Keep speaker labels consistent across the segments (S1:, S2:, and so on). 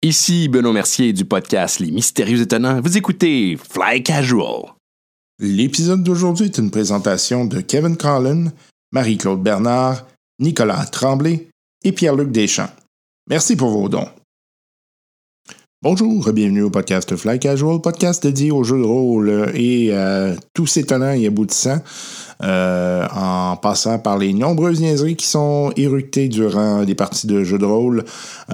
S1: Ici Benoît Mercier du podcast Les Mystérieux Étonnants. Vous écoutez Fly Casual.
S2: L'épisode d'aujourd'hui est une présentation de Kevin Collin, Marie-Claude Bernard, Nicolas Tremblay et Pierre-Luc Deschamps. Merci pour vos dons. Bonjour, bienvenue au podcast Fly Casual, podcast dédié aux jeux de rôle euh, et à tous ces tenants et aboutissants, euh, en passant par les nombreuses niaiseries qui sont éructées durant des parties de jeux de rôle,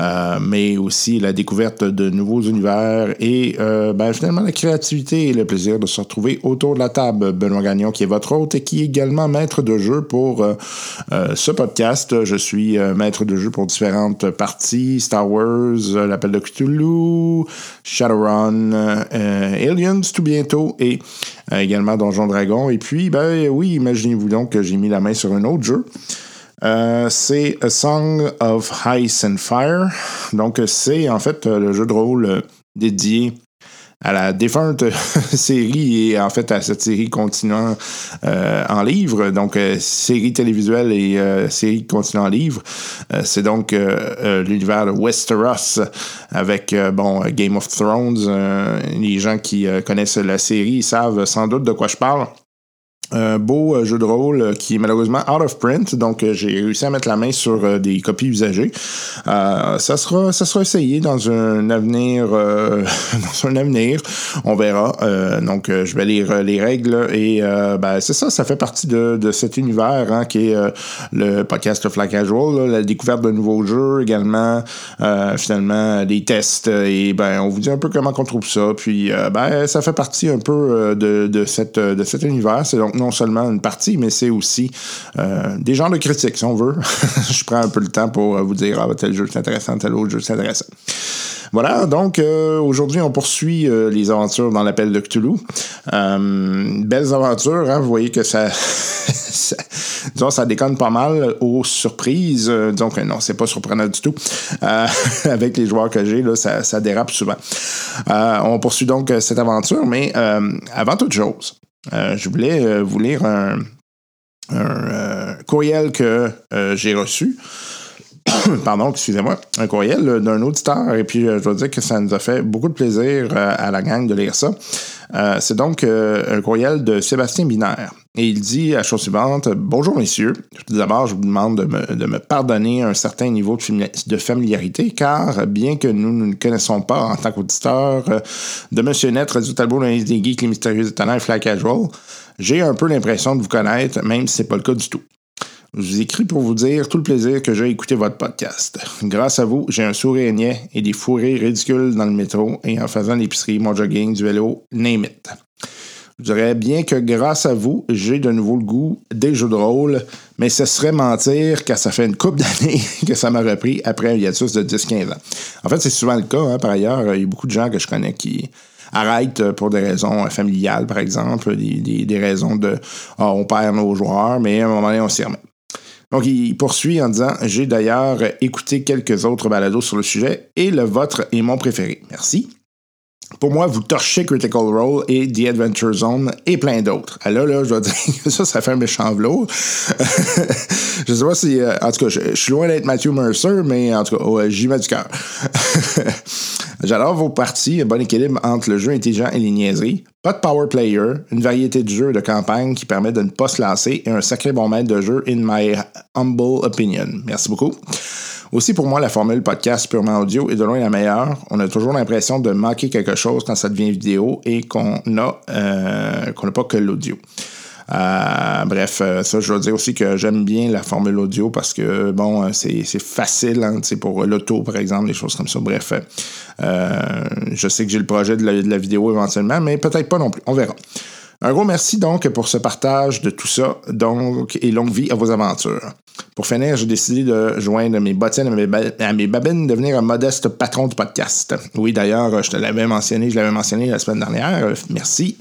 S2: euh, mais aussi la découverte de nouveaux univers et euh, ben, finalement la créativité et le plaisir de se retrouver autour de la table. Benoît Gagnon qui est votre hôte et qui est également maître de jeu pour euh, ce podcast. Je suis euh, maître de jeu pour différentes parties, Star Wars, euh, l'appel de Cthulhu, Shadowrun, euh, Aliens tout bientôt et euh, également Donjon Dragon. Et puis, ben oui, imaginez-vous donc que j'ai mis la main sur un autre jeu. Euh, c'est A Song of Ice and Fire. Donc, c'est en fait euh, le jeu de rôle dédié à la défunte série et en fait à cette série continuant euh, en livre, donc euh, série télévisuelle et euh, série continuant en livre. Euh, c'est donc euh, l'univers de Westeros avec euh, bon Game of Thrones. euh, les gens qui euh, connaissent la série savent sans doute de quoi je parle. Un beau euh, jeu de rôle qui est malheureusement out of print, donc euh, j'ai réussi à mettre la main sur des copies usagées. Euh, ça sera, ça sera essayé dans un avenir, euh, dans un avenir, on verra. Euh, donc je vais lire les règles et ben, c'est ça, ça fait partie de, de cet univers hein, qui est le podcast Fly Casual, là, la découverte de nouveaux jeux également, euh, finalement des tests et ben on vous dit un peu comment on trouve ça. Puis ben ça fait partie un peu euh, de, de cette, de cet univers. C'est donc non seulement une partie, mais c'est aussi euh, des genres de critiques, si on veut. je prends un peu le temps pour vous dire ah, tel jeu c'est intéressant, tel autre jeu c'est intéressant. Voilà, donc euh, aujourd'hui on poursuit euh, les aventures dans l'appel de Cthulhu. Euh, belles aventures, hein, vous voyez que ça, ça, disons, ça déconne pas mal aux surprises. donc non, c'est pas surprenant du tout. Euh, avec les joueurs que j'ai, là, ça, ça, dérape souvent. Euh, on poursuit donc cette aventure, mais euh, avant toute chose, euh, je voulais euh, vous lire un, un euh, courriel que euh, j'ai reçu. Pardon, excusez-moi, un courriel euh, d'un auditeur, et puis euh, je dois dire que ça nous a fait beaucoup de plaisir euh, à la gang de lire ça. Euh, C'est donc un courriel de Sébastien Binaire. Et il dit la chose suivante Bonjour, messieurs. Tout d'abord, je vous demande de me, de me, pardonner un certain niveau de familiarité, car bien que nous, nous ne connaissons pas en tant qu'auditeurs euh, de Monsieur Net, Radio Talbot, l'analyse des geeks, les mystérieux étonnants et Fly Casual, j'ai un peu l'impression de vous connaître, même si ce n'est pas le cas du tout. Je vous écris pour vous dire tout le plaisir que j'ai à écouter votre podcast. Grâce à vous, j'ai un sourire niais et des fourrés ridicules dans le métro et en faisant l'épicerie, mon jogging, du vélo, name it. Je dirais bien que grâce à vous, j'ai de nouveau le goût des jeux de rôle, mais ce serait mentir car ça fait une couple d'années que ça m'a repris après un hiatus de 10-15 ans. En fait, c'est souvent le cas, hein, par ailleurs. Il y a beaucoup de gens que je connais qui arrêtent euh, pour des raisons familiales, par exemple, des, des, des raisons de oh, on perd nos joueurs, mais à un moment donné, on s'y remet. Donc, il poursuit en disant J'ai d'ailleurs écouté quelques autres balados sur le sujet et le vôtre est mon préféré. Merci. Pour moi, vous torchez Critical Role et The Adventure Zone et plein d'autres. Alors là, je dois dire que ça, ça fait un méchant velours. je sais pas si... Euh, en tout cas, je, je suis loin d'être Matthew Mercer, mais en tout cas, oh, j'y mets du cœur. J'adore vos parties, un bon équilibre entre le jeu intelligent et les niaiseries. Pas de power player, une variété de jeux de campagne qui permet de ne pas se lasser et un sacré bon maître de jeu, in my humble opinion. Merci beaucoup. Aussi, pour moi, la formule podcast purement audio est de loin la meilleure. On a toujours l'impression de manquer quelque chose quand ça devient vidéo et qu'on n'a euh, qu pas que l'audio. Euh, bref, ça, je dois dire aussi que j'aime bien la formule audio parce que, bon, euh, c'est facile, hein, pour l'auto, par exemple, des choses comme ça. Bref, euh, je sais que j'ai le projet de la, de la vidéo éventuellement, mais peut-être pas non plus. On verra. Un gros merci donc pour ce partage de tout ça donc, et longue vie à vos aventures. Pour finir, j'ai décidé de joindre mes bottines à mes, ba à mes babines, devenir un modeste patron du podcast. Oui, d'ailleurs, je te l'avais mentionné, je l'avais mentionné la semaine dernière. euh, Merci.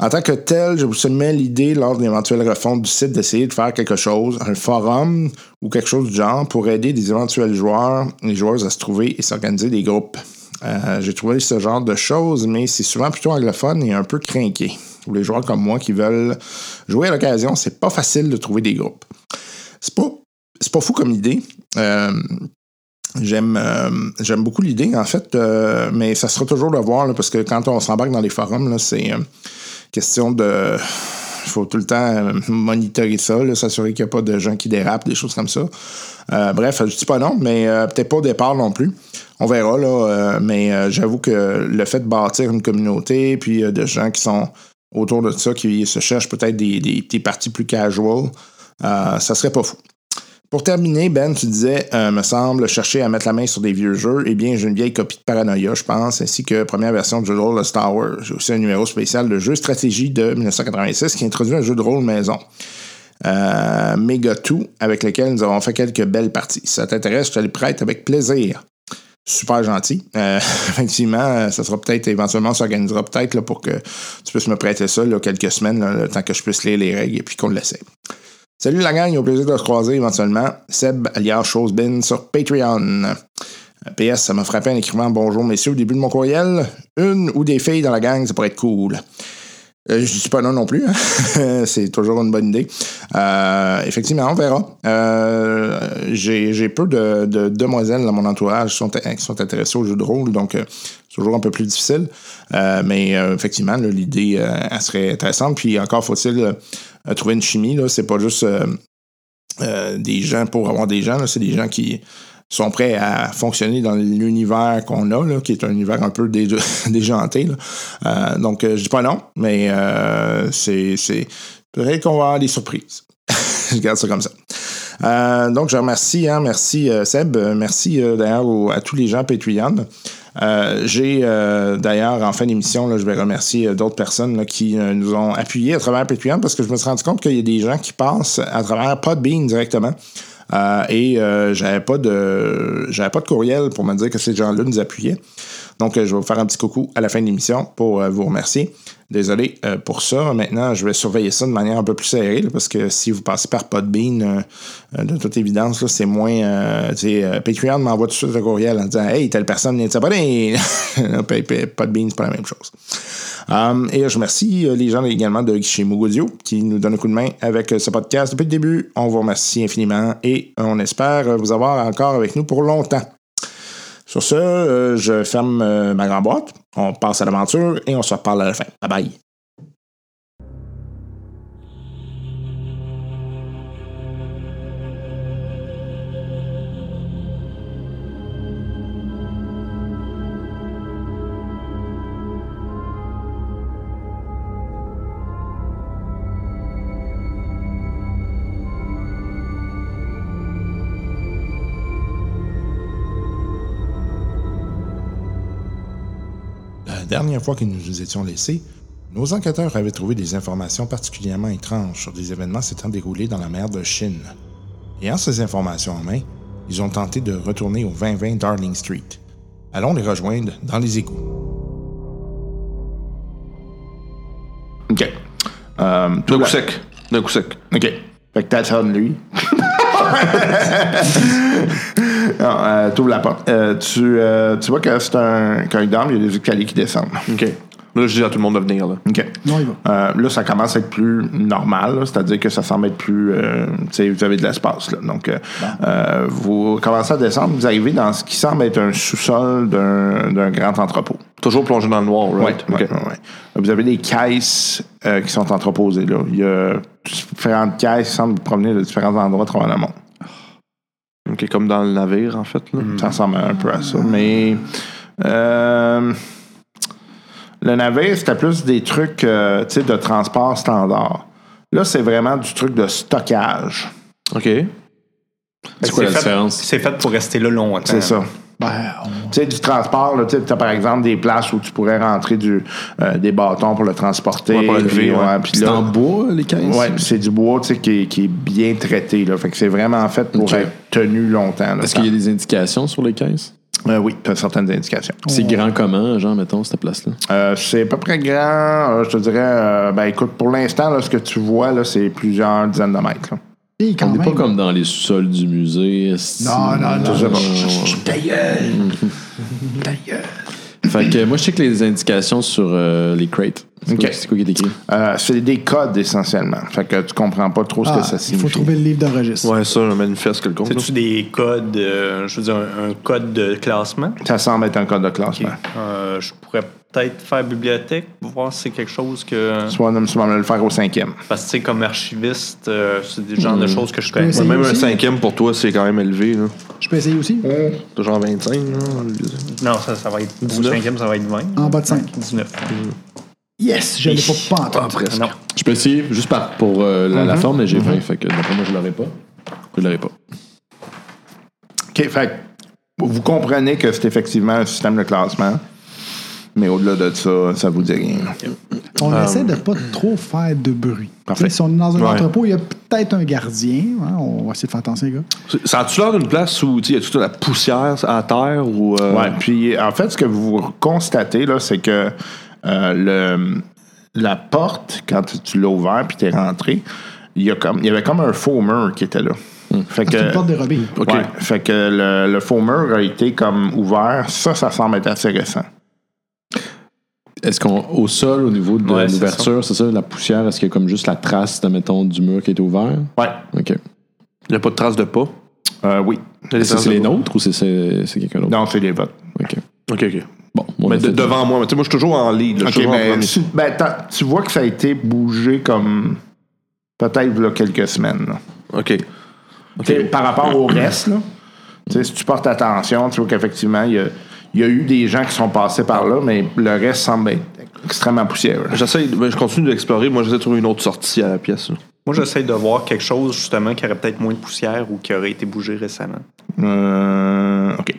S2: En tant que tel, je vous soumets l'idée lors d'une éventuelle refonte du site d'essayer de faire quelque chose, un forum ou quelque chose du genre pour aider des éventuels joueurs et joueuses à se trouver et s'organiser des groupes. Euh, j'ai trouvé ce genre de choses, mais c'est souvent plutôt anglophone et un peu crinqué. Pour les joueurs comme moi qui veulent jouer à l'occasion, c'est pas facile de trouver des groupes. C'est pas, pas fou comme idée. Euh, J'aime euh, j'aime beaucoup l'idée, en fait, euh, mais ça sera toujours de voir, là, parce que quand on s'embarque dans les forums, là, c'est euh, question de. Il faut tout le temps euh, monitorer ça, là, s'assurer qu'il n'y a pas de gens qui dérapent, des choses comme ça. Euh, bref, je dis pas non, mais euh, peut-être pas au départ non plus. On verra, là. euh, mais euh, j'avoue que le fait de bâtir une communauté, puis euh, de gens qui sont autour de ça, qui se cherchent peut-être des, des, des parties plus casual, euh, ça serait pas fou. Pour terminer, Ben, tu disais, euh, me semble, chercher à mettre la main sur des vieux jeux. Eh bien, j'ai une vieille copie de Paranoia, je pense, ainsi que première version du jeu de rôle de Star Wars. J'ai aussi un numéro spécial de jeu stratégie de 1986 qui introduit un jeu de rôle maison. Euh, Mega 2, avec lequel nous avons fait quelques belles parties. Si ça t'intéresse, je te le prête avec plaisir. Super gentil. Euh, effectivement, euh, ça sera peut-être éventuellement, on s'organisera peut-être là, pour que tu puisses me prêter ça là, quelques semaines, là, le temps que je puisse lire les règles et puis qu'on l'essaie. Salut la gang, au plaisir de se croiser éventuellement. Seb, alias Chosebin, sur Patreon. Euh, PS, ça m'a frappé en écrivant Bonjour messieurs au début de mon courriel. Une ou des filles dans la gang, ça pourrait être cool. Euh, je dis pas non non plus. hein. C'est toujours une bonne idée. Euh, effectivement, on verra. Euh, J'ai j'ai peu de, de demoiselles dans mon entourage qui sont, qui sont intéressées au jeu de rôle, donc euh, c'est toujours un peu plus difficile. Euh, mais euh, effectivement, là, l'idée euh, elle serait intéressante. Puis encore faut-il euh, trouver une chimie. là. C'est pas juste euh, euh, des gens pour avoir des gens. là. C'est des gens qui sont prêts à fonctionner dans l'univers qu'on a, là, qui est un univers un peu dé- déjanté. là. Euh, donc, euh, je dis pas non, mais euh, c'est c'est- peut-être qu'on va avoir des surprises. je garde ça comme ça. Euh, donc, je remercie, hein, merci euh, Seb, Euh, merci euh, d'ailleurs au- à tous les gens Patreon. Euh, J'ai euh, d'ailleurs, en fin d'émission, là, je vais remercier euh, d'autres personnes là, qui euh, nous ont appuyés à travers Patreon parce que je me suis rendu compte qu'il y a des gens qui passent à travers Podbean directement. Euh, et euh, j'avais pas de j'avais pas de courriel pour me dire que ces gens-là nous appuyaient. Donc, euh, je vais vous faire un petit coucou à la fin de l'émission pour euh, vous remercier. Désolé euh, pour ça. Maintenant, je vais surveiller ça de manière un peu plus serrée là, parce que si vous passez par Podbean, euh, euh, de toute évidence, là, c'est moins. euh, tu sais, euh, Patreon m'envoie tout de suite un courriel en disant Hey, telle personne vient de s'abonner. Là, pa- pa- Podbean, c'est pas la même chose. Um, et je remercie euh, les gens également de chez Moog Audio qui nous donnent un coup de main avec euh, ce podcast depuis le début. On vous remercie infiniment et euh, on espère euh, vous avoir encore avec nous pour longtemps. Sur ce, euh, je ferme euh, ma grande boîte, on passe à l'aventure et on se reparle à la fin. Bye bye. La dernière fois que nous nous étions laissés, nos enquêteurs avaient trouvé des informations particulièrement étranges sur des événements s'étant déroulés dans la mer de Chine. Ayant ces informations en main, ils ont tenté de retourner au 2020 Darling Street. Allons les rejoindre dans les égouts. OK.
S1: D'un coup sec. D'un coup sec.
S2: OK. Fait que t'attends lui. non, euh, t'ouvres la porte. Euh, tu, euh, tu vois que c'est un corridor, mais il y a des escaliers qui descendent.
S1: OK. Là, je dis à tout le monde de venir, là.
S2: OK.
S3: Non, il va.
S2: Euh, là, ça commence à être plus normal, là, c'est-à-dire que ça semble être plus. euh, tu sais, vous avez de l'espace. Là, donc, euh, euh, vous commencez à descendre, vous arrivez dans ce qui semble être un sous-sol d'un, d'un grand entrepôt.
S1: Toujours plongé dans le noir,
S2: Oui,
S1: right? OK.
S2: Vous avez des caisses euh, qui sont entreposées. Là. Il y a différentes caisses qui semblent provenir de différents endroits à travers le monde.
S1: OK, comme dans le navire, en fait, là.
S3: Hmm.
S2: Ça ressemble un peu à ça. Mais euh, le navire, c'était plus des trucs euh, tu sais, de transport standard. Là, c'est vraiment du truc de stockage.
S1: OK. C'est quoi la
S4: fait-
S1: différence?
S4: C'est fait pour rester là longtemps.
S2: C'est ça.
S3: Ben, on-
S2: Tu sais, du transport, là, tu as par exemple des places où tu pourrais rentrer du, euh, des bâtons pour le transporter.
S1: Ouais, pour le lever,
S2: puis,
S1: ouais.
S2: puis
S1: C'est
S2: là-
S1: en bois, les caisses?
S2: Ouais, c'est du bois tu sais, qui, est- qui est bien traité. Là. Fait que c'est vraiment fait pour
S1: Ok.
S2: être tenu longtemps. là.
S1: Est-ce qu'il y a des indications sur les caisses?
S2: Euh, oui, tu as certaines indications.
S1: C'est grand comment, genre, mettons, cette place-là?
S2: Euh, c'est à peu près grand, euh, je te dirais, euh, ben écoute, pour l'instant, là, ce que tu vois, là, c'est plusieurs dizaines de mètres. là.
S3: Eh, quand
S1: On n'est pas
S3: même.
S1: comme dans les sous-sols du musée. esti.
S3: Non, non, non.
S2: Je sais pas.
S3: Ta gueule! Ta gueule!
S1: Fait que moi, je sais que les indications sur euh, les crates.
S5: C'est quoi- C'est quoi qui est écrit?
S2: Euh, c'est des codes essentiellement. Fait que tu comprends pas trop ce que ça
S3: Ah, il
S2: signifie.
S3: faut trouver le livre d'enregistre.
S4: Ouais, ça, un manifeste quelconque. là.
S6: C'est-tu des codes, euh, je veux dire, un, un code de classement?
S2: Ça semble être un code de
S6: Ok.
S2: classement.
S6: Euh, je pourrais peut-être faire bibliothèque, voir si c'est quelque chose que.
S2: Tu vas tu vas me le faire au cinquième.
S6: Parce que, tu sais, comme archiviste, euh, c'est des genres de choses que je connais.
S3: peux
S4: Ouais, même
S3: aussi.
S4: un cinquième pour toi, c'est quand même élevé. Là.
S3: Je peux essayer aussi.
S4: T'as genre 25. Là.
S6: Non, ça, ça va être. Au
S4: 19.
S6: cinquième, ça va être 20.
S3: En bas de 5.
S6: 19.
S3: Yes, je l'ai pas, pas en tout.
S4: presque.
S6: Non.
S5: Je peux essayer juste par, pour euh, la,
S6: Mhm.
S5: la forme, mais j'ai 20. Fait que d'après moi, je l'aurais pas. Je l'aurais pas.
S2: OK, fait que vous comprenez que c'est effectivement un système de classement, mais au-delà de ça, ça vous dit rien.
S3: On essaie de pas trop faire de bruit.
S2: Parfait.
S3: Tu sais, Si on est dans un
S4: Ouais.
S3: entrepôt, il y a peut-être un gardien. hein, on va essayer de faire attention, les gars.
S4: Ça a-tu l'air d'une place où il y a toute la poussière à terre ou. euh,
S2: Ouais, puis en fait, ce que vous constatez, là, c'est que euh, le, la porte, quand tu, tu l'as ouverte puis t'es rentré, il y, a comme, il y avait comme un faux mur qui était là. Fait
S3: Mm. Ah, C'est une porte dérobée.
S4: OK.
S2: Ouais, fait que le, le faux mur a été comme ouvert. Ça, ça semble être assez récent.
S5: Est-ce qu'on, au sol, au niveau de
S6: Ouais, c'est
S5: l'ouverture, c'est ça, la poussière, est-ce qu'il y a comme juste la trace, de, mettons, du mur qui est ouvert?
S2: Ouais.
S5: OK.
S4: Il n'y a pas de traces de pas.
S2: Euh, oui.
S5: Est-ce que c'est les nôtres ou c'est, c'est, c'est quelqu'un d'autre?
S2: Non, c'est les votes.
S5: OK.
S4: OK, OK. ben,
S5: Bon, on
S4: Mais
S5: a
S4: de-
S5: fait-
S4: devant moi. Mais tu sais, moi, je suis toujours en lead. là. Je
S2: Ok,
S4: suis toujours en
S2: mais
S4: premier.
S2: tu, ben, t'as- tu vois que ça a été bougé comme peut-être là, quelques semaines. là.
S4: OK.
S2: T'sais, Par rapport au reste, là, t'sais, si tu portes attention, tu vois qu'effectivement, il y a, il y a eu des gens qui sont passés par là, mais le reste semble être extrêmement poussiéreux.
S4: J'essaie, ben, je continue d'explorer. Moi, j'essaie de trouver une autre sortie à la pièce. là.
S6: Moi, j'essaie de voir quelque chose, justement, qui aurait peut-être moins de poussière ou qui aurait été bougé récemment.
S2: Euh, OK.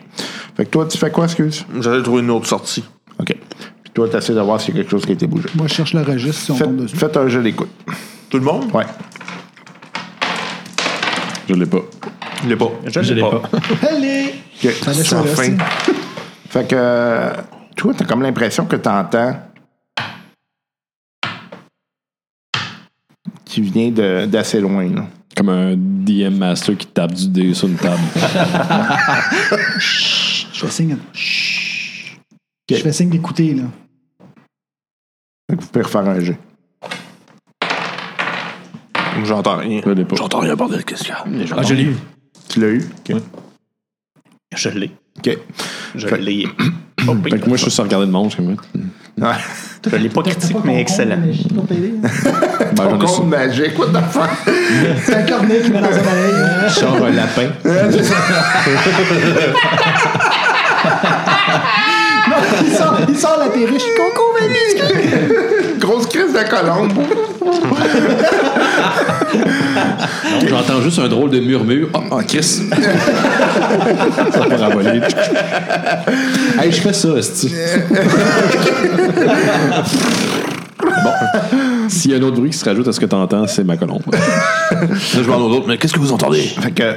S2: Fait que toi, tu fais quoi, excuse?
S4: J'essaie de trouver une autre sortie.
S2: OK. Puis toi, tu essaies de voir s'il y a quelque chose qui a été bougé.
S3: Moi, je cherche le registre si on tombe
S2: Faites,
S3: dessus.
S2: faites un jeu d'écoute.
S4: Tout le monde?
S2: Ouais.
S5: Je l'ai pas.
S4: Il l'ai pas.
S6: Je ne l'ai pas.
S3: Allez!
S2: Ok.
S3: Ça laisse le reste.
S2: Enfin. Fait que euh, toi, t'as comme l'impression que t'entends qui vient de- d'assez loin. là.
S5: Comme un DM master qui tape du dé sur une table.
S3: Je fais signe. Je fais signe d'écouter, là.
S2: Fait que vous pouvez refaire un jeu.
S4: J'entends rien.
S5: Je l'ai pas.
S4: J'entends rien, bordel, qu'est-ce qu'il y a?
S6: Ah, je l'ai eu.
S2: Tu l'as eu? OK.
S6: Je l'ai.
S2: OK.
S6: Je
S2: Fait-
S6: l'ai. Oh, oui.
S5: Fait que moi, je suis juste à regarder le monde. Je suis comme,
S2: Ouais.
S6: Je l'ai pas critique, mais excellent.
S5: Ben,
S2: Ton
S5: j'en ai ça.
S2: compte magique, what the fuck?
S3: C'est un cornet qui met dans un oreille.
S5: Je
S4: euh,
S5: sors un lapin.
S3: Il sort, il sort la perruche. Coucou, baby!
S2: Grosse crise de colombe.
S5: J'entends juste un drôle de murmure. Oh, oh Chris! ça part à voler. hey, je fais ça, Esti. bon. S'il y a un autre bruit qui se rajoute à ce que t'entends, c'est ma colombe.
S4: Là, je parle aux autres. Mais qu'est-ce que vous entendez?
S2: Fait que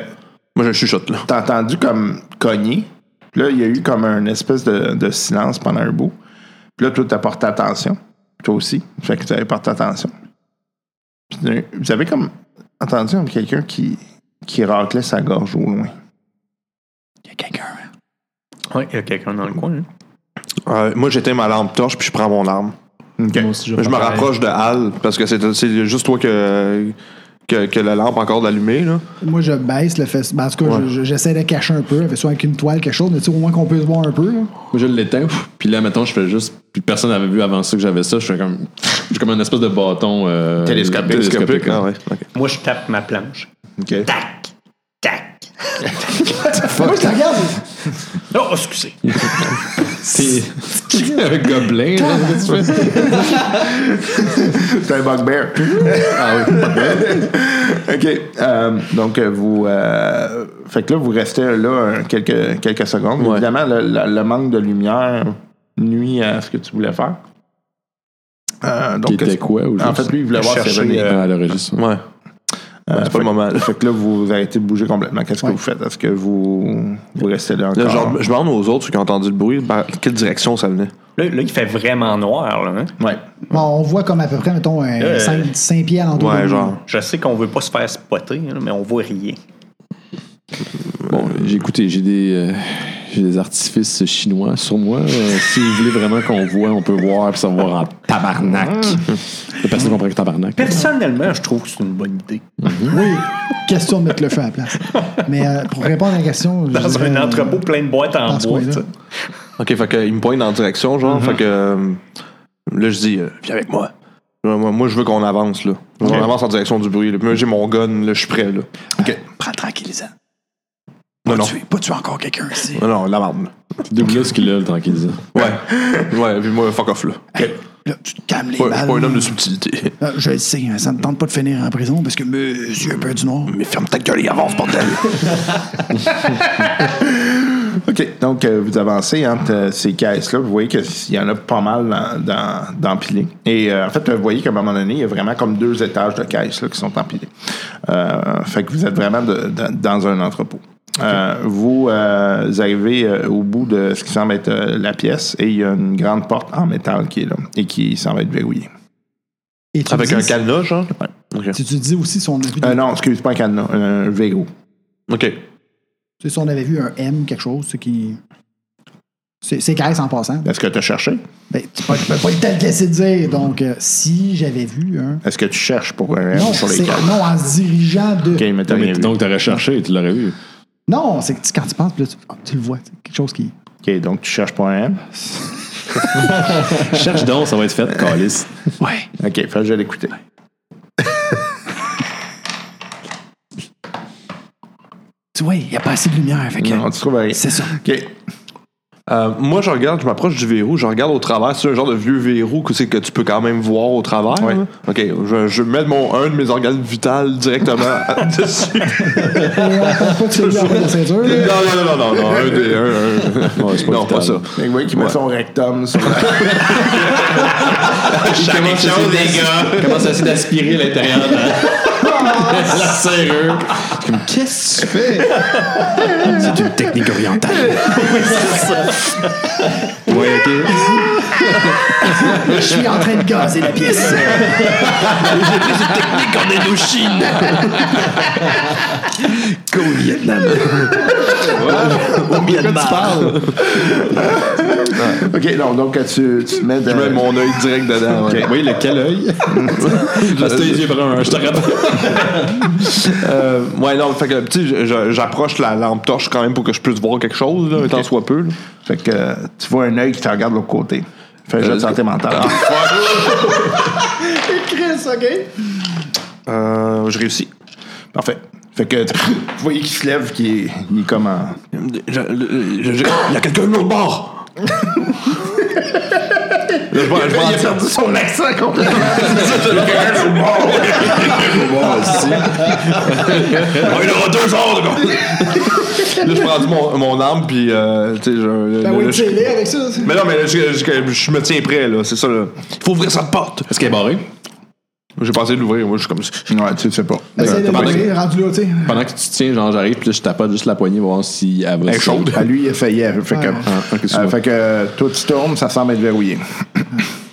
S4: Moi, je chuchote, là.
S2: t'as entendu comme cogner. Puis là, il y a eu comme un espèce de, de silence pendant un bout. Puis là, toi, t'as porté attention. Toi aussi. Fait que tu avais porté attention. Puis d'un- vous avez comme entendu comme quelqu'un qui, qui raclait sa gorge au loin.
S3: Il y a quelqu'un. hein.
S6: Oui, il y a quelqu'un dans le coin. hein.
S4: Euh, moi, j'éteins ma lampe torche puis je prends mon arme.
S2: OK.
S4: Je, me rapproche de Hal parce que c'est c'est juste toi que, que, que la lampe encore d'allumée. là.
S3: Moi, je baisse le festival. En tout cas, je- je- j'essaie de cacher un peu, avec- soit avec une toile, quelque chose, mais tu sais, au moins qu'on puisse voir un peu. là.
S5: Moi, je l'éteins, pff, puis là, mettons, je fais juste. Puis personne n'avait vu avant ça que j'avais ça. Je fais comme. J'ai comme un espèce de bâton. euh,
S2: Télescopique.
S5: télescopique
S4: Ah
S5: hein.
S4: ouais, ok.
S6: Moi, je tape ma planche.
S2: OK.
S6: Tac!
S3: Moi, je te regarde.
S6: Oh, excusez.
S5: C'est c'est un gobelin, là, ce que tu fais.
S2: C'est un bugbear.
S5: Ah oui.
S2: OK. euh, donc, euh, vous. euh, fait que là, vous restez là euh, quelques, quelques secondes.
S4: Ouais.
S2: Évidemment, le, le- le manque de lumière nuit à ce que tu voulais faire. Euh, donc,
S5: Qui était quoi, au
S2: En
S5: juste?
S2: fait, lui, il voulait voir si
S6: Chercher,
S2: c'est
S6: euh,
S5: Ah, le registre.
S4: Ouais.
S2: Euh,
S4: c'est
S2: fait
S4: pas le
S2: que-
S4: moment. là.
S2: Fait que là, vous arrêtez de bouger complètement. Qu'est-ce que
S3: Ouais.
S2: vous faites? Est-ce que vous, vous restez là encore?
S4: Là, genre, je demande aux autres ceux qui ont entendu le bruit par quelle direction ça venait.
S6: Là, là, il fait vraiment noir. Là, hein?
S2: Ouais.
S3: Bon, on voit comme à peu près, mettons,
S6: Euh,
S3: 5, pieds à l'entour. de
S4: Ouais,
S3: nous.
S4: genre.
S6: Je sais qu'on veut pas se faire spotter, hein, mais on voit rien.
S5: Bon, j'ai écouté, j'ai des. euh, puis des artifices chinois sur moi. Euh, si vous voulez vraiment qu'on voit, on peut voir puis savoir en tabarnak. Personne ne comprend que tabarnak.
S6: Personnellement, je trouve que c'est une bonne idée.
S3: Oui, question de mettre le feu à la place. Mais euh, pour répondre à la question. je
S6: Dans
S3: dirais,
S6: un
S3: euh,
S6: entrepôt plein de boîtes en
S3: dans ce
S6: bois.
S3: coin-là.
S6: tu sais.
S4: OK, fait que, il me pointe dans la direction, genre. Fait que euh, là, je dis, euh, viens avec moi. Euh, Moi, moi, je veux qu'on avance, là. Je veux qu'on avance en direction du bruit. Là. Puis moi, j'ai mon gun, là, je suis prêt, là. OK.
S3: euh,
S7: Prends le tranquillisant.
S4: Non,
S7: Pas
S4: non,
S7: tuer, pas tuer encore quelqu'un ici.
S4: non, non, la marde.
S5: Double ce qu'il a, le tranquillisant.
S4: Ouais. ouais, puis moi, fuck off, là.
S7: Là, tu te calmes les
S4: Pas,
S7: balles.
S4: pas un homme de subtilité.
S3: Ah,
S7: Euh, Je le sais, hein, ça me tente pas de finir en prison parce que monsieur Peur du Noir.
S4: Mais ferme ta gueule et avance, bordel.
S2: OK. Donc, euh, vous avancez entre euh, ces caisses-là. Vous voyez qu'il y en a pas mal dans- dans- d'empilés. Et euh, en fait, vous voyez qu'à un moment donné, il y a vraiment comme deux étages de caisses là, qui sont empilées. Euh, fait que vous êtes vraiment de- de- dans un entrepôt. Euh, vous, euh, vous arrivez euh, au bout de ce qui semble être euh, la pièce et il y a une grande porte en métal qui est là et qui semble être verrouillée.
S3: Et tu
S4: Avec
S3: dis-
S4: un cadenas, genre?
S3: Tu, tu dis aussi si on, a vu
S2: Euh, non, excuse pas un cadenas, un verrou.
S4: OK.
S3: tu sais, si on avait vu un M, quelque chose, ce qui. C'est c'est caisse en passant.
S2: Est-ce que tu as cherché?
S3: Ben, tu peux tu peux pas le temps de laisser dire. Donc, euh, si j'avais vu un.
S2: Est-ce que tu cherches pour un
S3: Non,
S2: Euh, sur les
S3: c'est-
S2: caisses?
S3: non, en se dirigeant de.
S2: OK, mais t'as rien
S5: Ah, Mais
S2: vu.
S5: donc, t'aurais cherché et tu l'aurais vu.
S3: Non, c'est que tu- quand tu penses, puis là, tu, ah, tu le vois. c'est Quelque chose qui.
S2: OK, donc tu cherches pour un M.
S5: Cherche donc, ça va être fait, Calis.
S7: Ouais.
S2: OK, fait que je vais l'écouter.
S7: Tu vois, il n'y a pas assez de lumière. Fait que,
S2: Non, tu trouves rien.
S7: c'est ça.
S2: OK.
S4: Euh, moi, je regarde, je m'approche du verrou, je regarde au travers. C'est un genre de vieux verrou que, c'est que tu peux quand même voir au travers.
S2: Ouais.
S4: là. OK, je, je mets mon, un de mes organes vitaux directement dessus.
S3: Et on pense pas que c'est lui après la ceinture.
S4: Non,
S3: là.
S4: non, non, non, non, un des- un- un- non, pas ça.
S2: Fait que vous voyez qu'il met son rectum sur la...
S1: Il commence à essayer d'aspirer l'intérieur de la de la serrure.
S5: Qu'est-ce que tu fais? C'est une technique orientale.
S4: Ouais, OK.
S7: Je suis en train de gazer la pièce.
S2: OK, non, donc euh, tu, tu mets... de-
S4: Je mets mon œil direct dedans. ouais.
S5: Oui, lequel œil? Parce que tes yeux bruns, je te rappelle.
S4: Euh, ouais, non, fait que, tu sais, je- j'approche la lampe torche quand même pour que je puisse voir quelque chose, là, un tant soit peu. là.
S2: Fait que euh, tu vois un œil qui te regarde de l'autre côté. Fait que je
S4: Euh,
S2: de santé mentale.
S4: Euh, je réussis.
S2: Parfait. Fait que tu vous voyez qu'il se lève, qu'il est, il est comme en...
S4: Je- le- je- je- Il y a quelqu'un de l'autre bord! Là, je vais- je vais en dire-
S2: son accent complètement.
S4: Ah, il aura deux heures, le gars. Là, je prends mon, mon arme, puis, euh, tu sais, je.
S3: Ben
S4: le-
S3: oui,
S4: le-
S3: tu sais, il est avec ça. c'est-
S4: mais non, mais là, je, je- je me tiens prêt, là, c'est ça, là. Il faut ouvrir cette porte!
S1: Est-ce qu'elle est barrée?
S4: J'ai pensé de l'ouvrir, moi, je suis comme ça.
S2: Ouais, tu sais pas.
S3: Essaye de
S1: t'as
S3: le
S1: parlé.
S3: dire, rendu là, tu sais.
S5: Pendant que tu te tiens, genre, j'arrive, puis là, je tapote juste la poignée pour voir si elle va.
S4: Elle est chaude.
S2: À lui, il faillit. Fait que,
S3: Ouais.
S5: Ah, ok,
S2: euh,
S5: excuse-moi.
S2: fait que euh, toi, tu tournes, ça semble être verrouillé.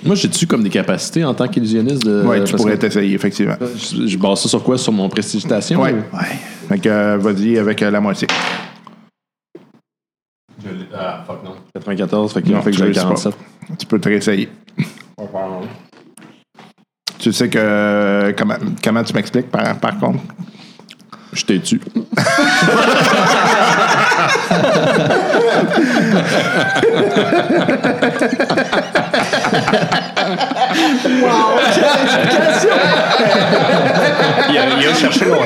S5: Moi, j'ai-tu comme des capacités en tant qu'illusionniste de.
S2: Ouais, tu
S5: parce
S2: pourrais
S5: que
S2: t'essayer, effectivement.
S5: Je je base ça sur quoi Sur mon prestigitation
S2: Ouais.
S5: ou-
S7: Ouais.
S2: Fait que euh, vas-y avec euh, la moitié.
S5: 94, fait que,
S2: Non,
S5: fait que
S2: tu
S5: j'ai
S2: réussis pas.
S5: 47.
S2: Tu peux te réessayer. Tu sais que. euh, Comment, comment tu m'expliques par, par contre?
S5: Je t'ai tué.
S6: Il a, il a cherché longtemps.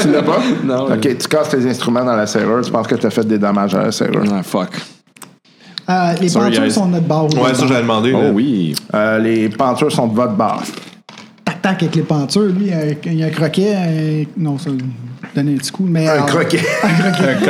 S2: tu l'as pas? Non. Ok, tu casses tes instruments dans la serrure, tu penses que tu as fait des dommages à la serrure.
S5: Ah, fuck.
S3: Euh, les
S5: Sorry,
S3: peintures
S5: guys.
S3: sont de notre bord.
S4: Ouais, ça, j'avais demandé.
S5: Oh
S4: là.
S5: oui.
S2: Euh, les pentures sont de votre barre.
S3: Tac-tac avec les peintures, lui, il y a- il y a un croquet. un- Non, ça. Donner un petit coup. Mais,
S2: Un
S3: euh,
S2: croquet.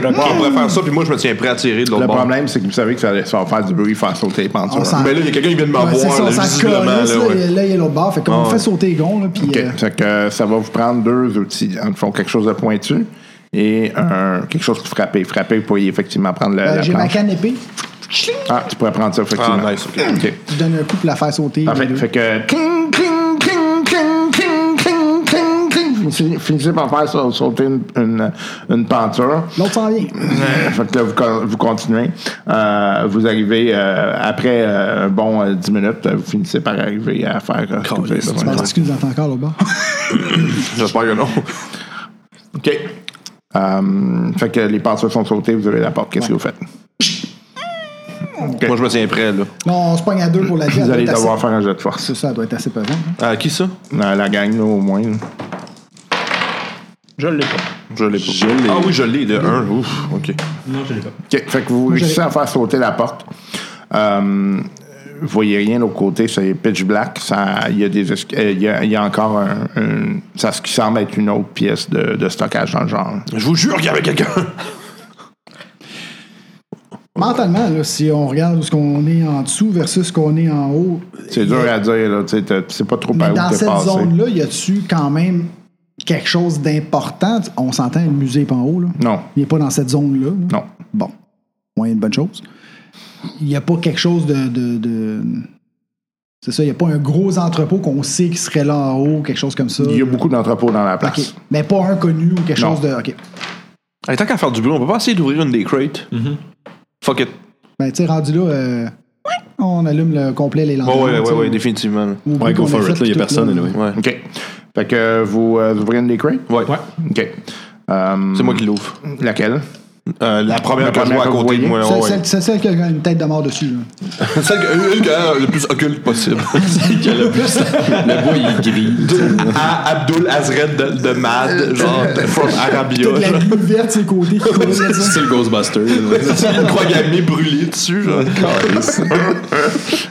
S4: Bon, on pourrait faire ça, puis moi, je me tiens prêt à tirer de l'autre
S2: Le
S4: bord.
S2: problème, c'est que vous savez que ça, ça va faire du bruit faire sauter les
S3: On
S2: pentures.
S3: s'en-
S4: Mais là, il y a quelqu'un qui vient de
S3: Ouais, c'est
S4: m'avoir,
S3: ça,
S4: là,
S3: ça
S4: visiblement,
S3: colle,
S4: là,
S3: là,
S4: ouais.
S3: là, il y a l'autre barre. Fait qu'on
S4: Ah,
S3: fait
S4: ouais.
S3: sauter les gonds, là, puis.
S2: OK.
S3: euh,
S2: Fait que euh, ça va vous prendre deux outils. En fond, quelque chose de pointu et un, quelque chose pour frapper. Frapper, vous pourriez effectivement prendre la,
S3: euh,
S2: la
S3: J'ai ma
S2: planche.
S3: canne épée.
S2: Ah, tu pourrais prendre ça, effectivement.
S4: Ah, nice, OK.
S2: OK.
S3: Je donne un coup pour la faire sauter.
S2: Parfait.
S3: les deux.
S2: Fait que. cling, cling, cling, cling, cling, cling, cling, cling. finissez, finissez par faire sa- sauter une, une, une peinture.
S3: L'autre s'en vient.
S2: Euh, fait que là, vous, con- vous continuez. Euh, vous arrivez, euh, après euh, un bon euh, 10 minutes, euh, vous finissez par arriver à faire euh, ce que vous avez
S3: Tu
S2: besoin de faire.
S3: penses qu'il nous entend encore là-bas?
S4: J'espère que non.
S2: OK. Euh, fait que les peintures sont sautées, vous avez la porte. Qu'est-ce que vous faites?
S4: Moi, je me tiens prêt, là.
S3: Non, on se pogne à deux pour la vie.
S2: Vous
S3: elle
S2: allez
S3: doit être
S2: devoir
S3: assez-
S2: faire un jet de force.
S3: C'est ça, elle doit être assez pesante. hein.
S4: À qui ça
S2: Euh, la gang, là, au moins. là.
S6: Je l'ai pas.
S4: Je l'ai pas. Ah oui, je l'ai, de 1. Ouf, ok.
S2: OK. Fait que vous réussissez à faire sauter la porte. Euh, vous voyez rien de l'autre côté, c'est pitch black. Ça- Il y, a des esca- euh, il y a- il y a encore un, un- ça, ce qui semble être une autre pièce de, de stockage dans le genre.
S4: Je vous jure qu'il y avait quelqu'un.
S3: Mentalement, là, si on regarde où ce qu'on est en dessous versus ce qu'on est en haut,
S2: C'est dur à dire, là. Tu sais, t'as- tu sais pas trop par
S3: mais
S2: Ben, où
S3: dans
S2: t'es
S3: cette
S2: passé.
S3: zone-là, y a-tu quand même quelque chose d'important? On s'entend, le musée est pas en haut, là.
S2: Non,
S3: Il n'est pas dans cette zone-là. là.
S2: non.
S3: Bon, moyen de bonne chose. Il n'y a pas quelque chose de. de- de- C'est ça, il n'y a pas un gros entrepôt qu'on sait qui serait là en haut, quelque chose comme ça.
S2: Il y a beaucoup d'entrepôts dans la
S3: OK.
S2: place.
S3: Mais pas un connu ou quelque
S2: Non.
S3: chose de. OK.
S4: Hey, tant qu'à faire du bruit, on peut pas essayer d'ouvrir une des crates. Fuck it.
S3: Ben, tu sais, rendu là, euh, on allume le complet, les
S4: Ouais,
S3: lanternes.
S4: ouais,
S3: tu
S4: ouais,
S3: sais,
S4: ouais, définitivement. là.
S3: ou- ou
S5: Ouais, go
S3: qu'on
S5: for
S3: fait
S5: it, là, il n'y a
S3: tout,
S5: personne,
S3: là.
S5: anyway.
S4: Ouais.
S2: OK. Fait que vous, euh, vous ouvrez une des crates?
S4: Ouais.
S2: OK. Euh,
S4: C'est moi qui l'ouvre.
S2: Laquelle?
S4: Euh, la première
S2: La
S4: que je vois à
S2: première que
S4: côté de
S2: vous
S4: moi.
S3: C'est
S4: ouais.
S3: celle- c'est celle qui a une tête de mort dessus. là.
S4: Celle que- une qui a le plus occulte possible. Celle qui a le plus.
S5: Le bois, il grille.
S4: De- à Abdul Azred de, de Mad, genre, from Arabia.
S3: Toute la
S4: genre.
S3: boue verte, ses côtés. qui coule, là, ça.
S5: C'est le Ghostbuster.
S4: C'est une croix gammée brûlée dessus, genre.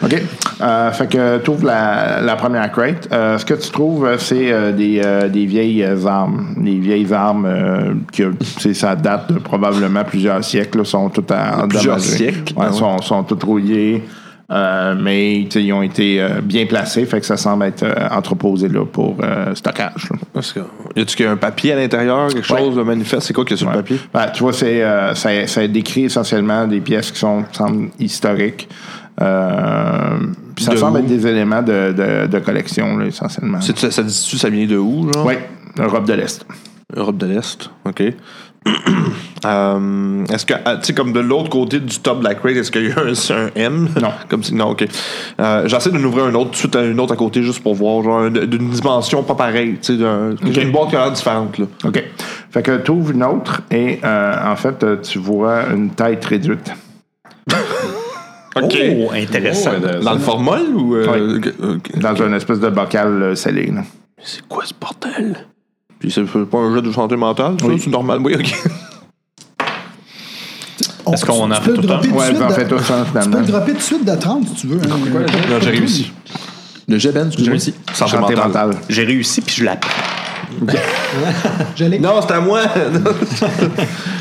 S2: OK. Euh, fait que tu ouvres la, la première crate. Euh, ce que tu trouves, euh, c'est euh, des, euh, des vieilles euh, armes. Des vieilles armes euh, que tu sais, ça date de probablement plusieurs siècles. là, sont toutes en
S4: Plusieurs
S2: endommagées.
S4: siècles?
S2: Ouais,
S4: Ah ouais.
S2: sont, sont toutes rouillées. euh, mais tu sais, ils ont été euh, bien placés, fait que ça semble être euh, entreposé là, pour euh, stockage. là.
S4: Parce que, y a-tu qu'il y a un papier à l'intérieur, quelque chose, le manifeste? C'est quoi qu'il y a sur
S2: Ouais.
S4: le papier?
S2: Ben, tu vois, c'est, euh, ça, ça décrit essentiellement des pièces qui sont, semblent historiques. Euh, puis ça
S4: De
S2: semble
S4: où?
S2: être des éléments de, de- de collection, là, essentiellement.
S4: C'est- Ça, ça dit-tu, ça vient de où, genre?
S2: Oui, Europe de l'Est.
S4: Europe de l'Est, OK. Euh, est-ce que, ah, tu sais, comme de l'autre côté du top de la crate, est-ce qu'il y a un, un M?
S2: Non.
S4: comme si, non, OK. Euh, j'essaie de nous ouvrir un autre, tout de suite une autre à côté, juste pour voir, genre, un- d'une dimension pas pareille, tu sais, d'un- une boîte qui a l'air différente, là.
S2: OK. Fait que tu ouvres une autre et euh, en fait, euh, tu vois une tête réduite.
S4: OK.
S6: Oh, intéressant.
S4: Dans le formol ou... euh,
S2: Oui.
S4: que- ok.
S2: Dans une espèce de bocal euh, scellé. là.
S4: C'est quoi ce bordel? Puis c'est pas un jeu de santé mentale, ça? C'est normal, oui, OK.
S3: On-
S6: Est-ce qu'on en
S3: Oh, tu
S6: fait
S3: peux
S6: tout le
S3: le
S6: temps?
S3: dropper tout de
S2: Ouais,
S3: suite
S2: ben, en
S3: de-
S2: fait, tout ça,
S3: Tu peux
S2: finalement.
S3: le dropper tout de suite de 30 si tu veux. hein.
S4: Non, j'ai réussi.
S5: Le jet Ben, excuse-moi.
S4: Santé
S2: Santé
S4: mentale.
S2: mentale.
S6: J'ai réussi, puis je l'ai appris.
S3: J'allais.
S4: Non, c'est à moi!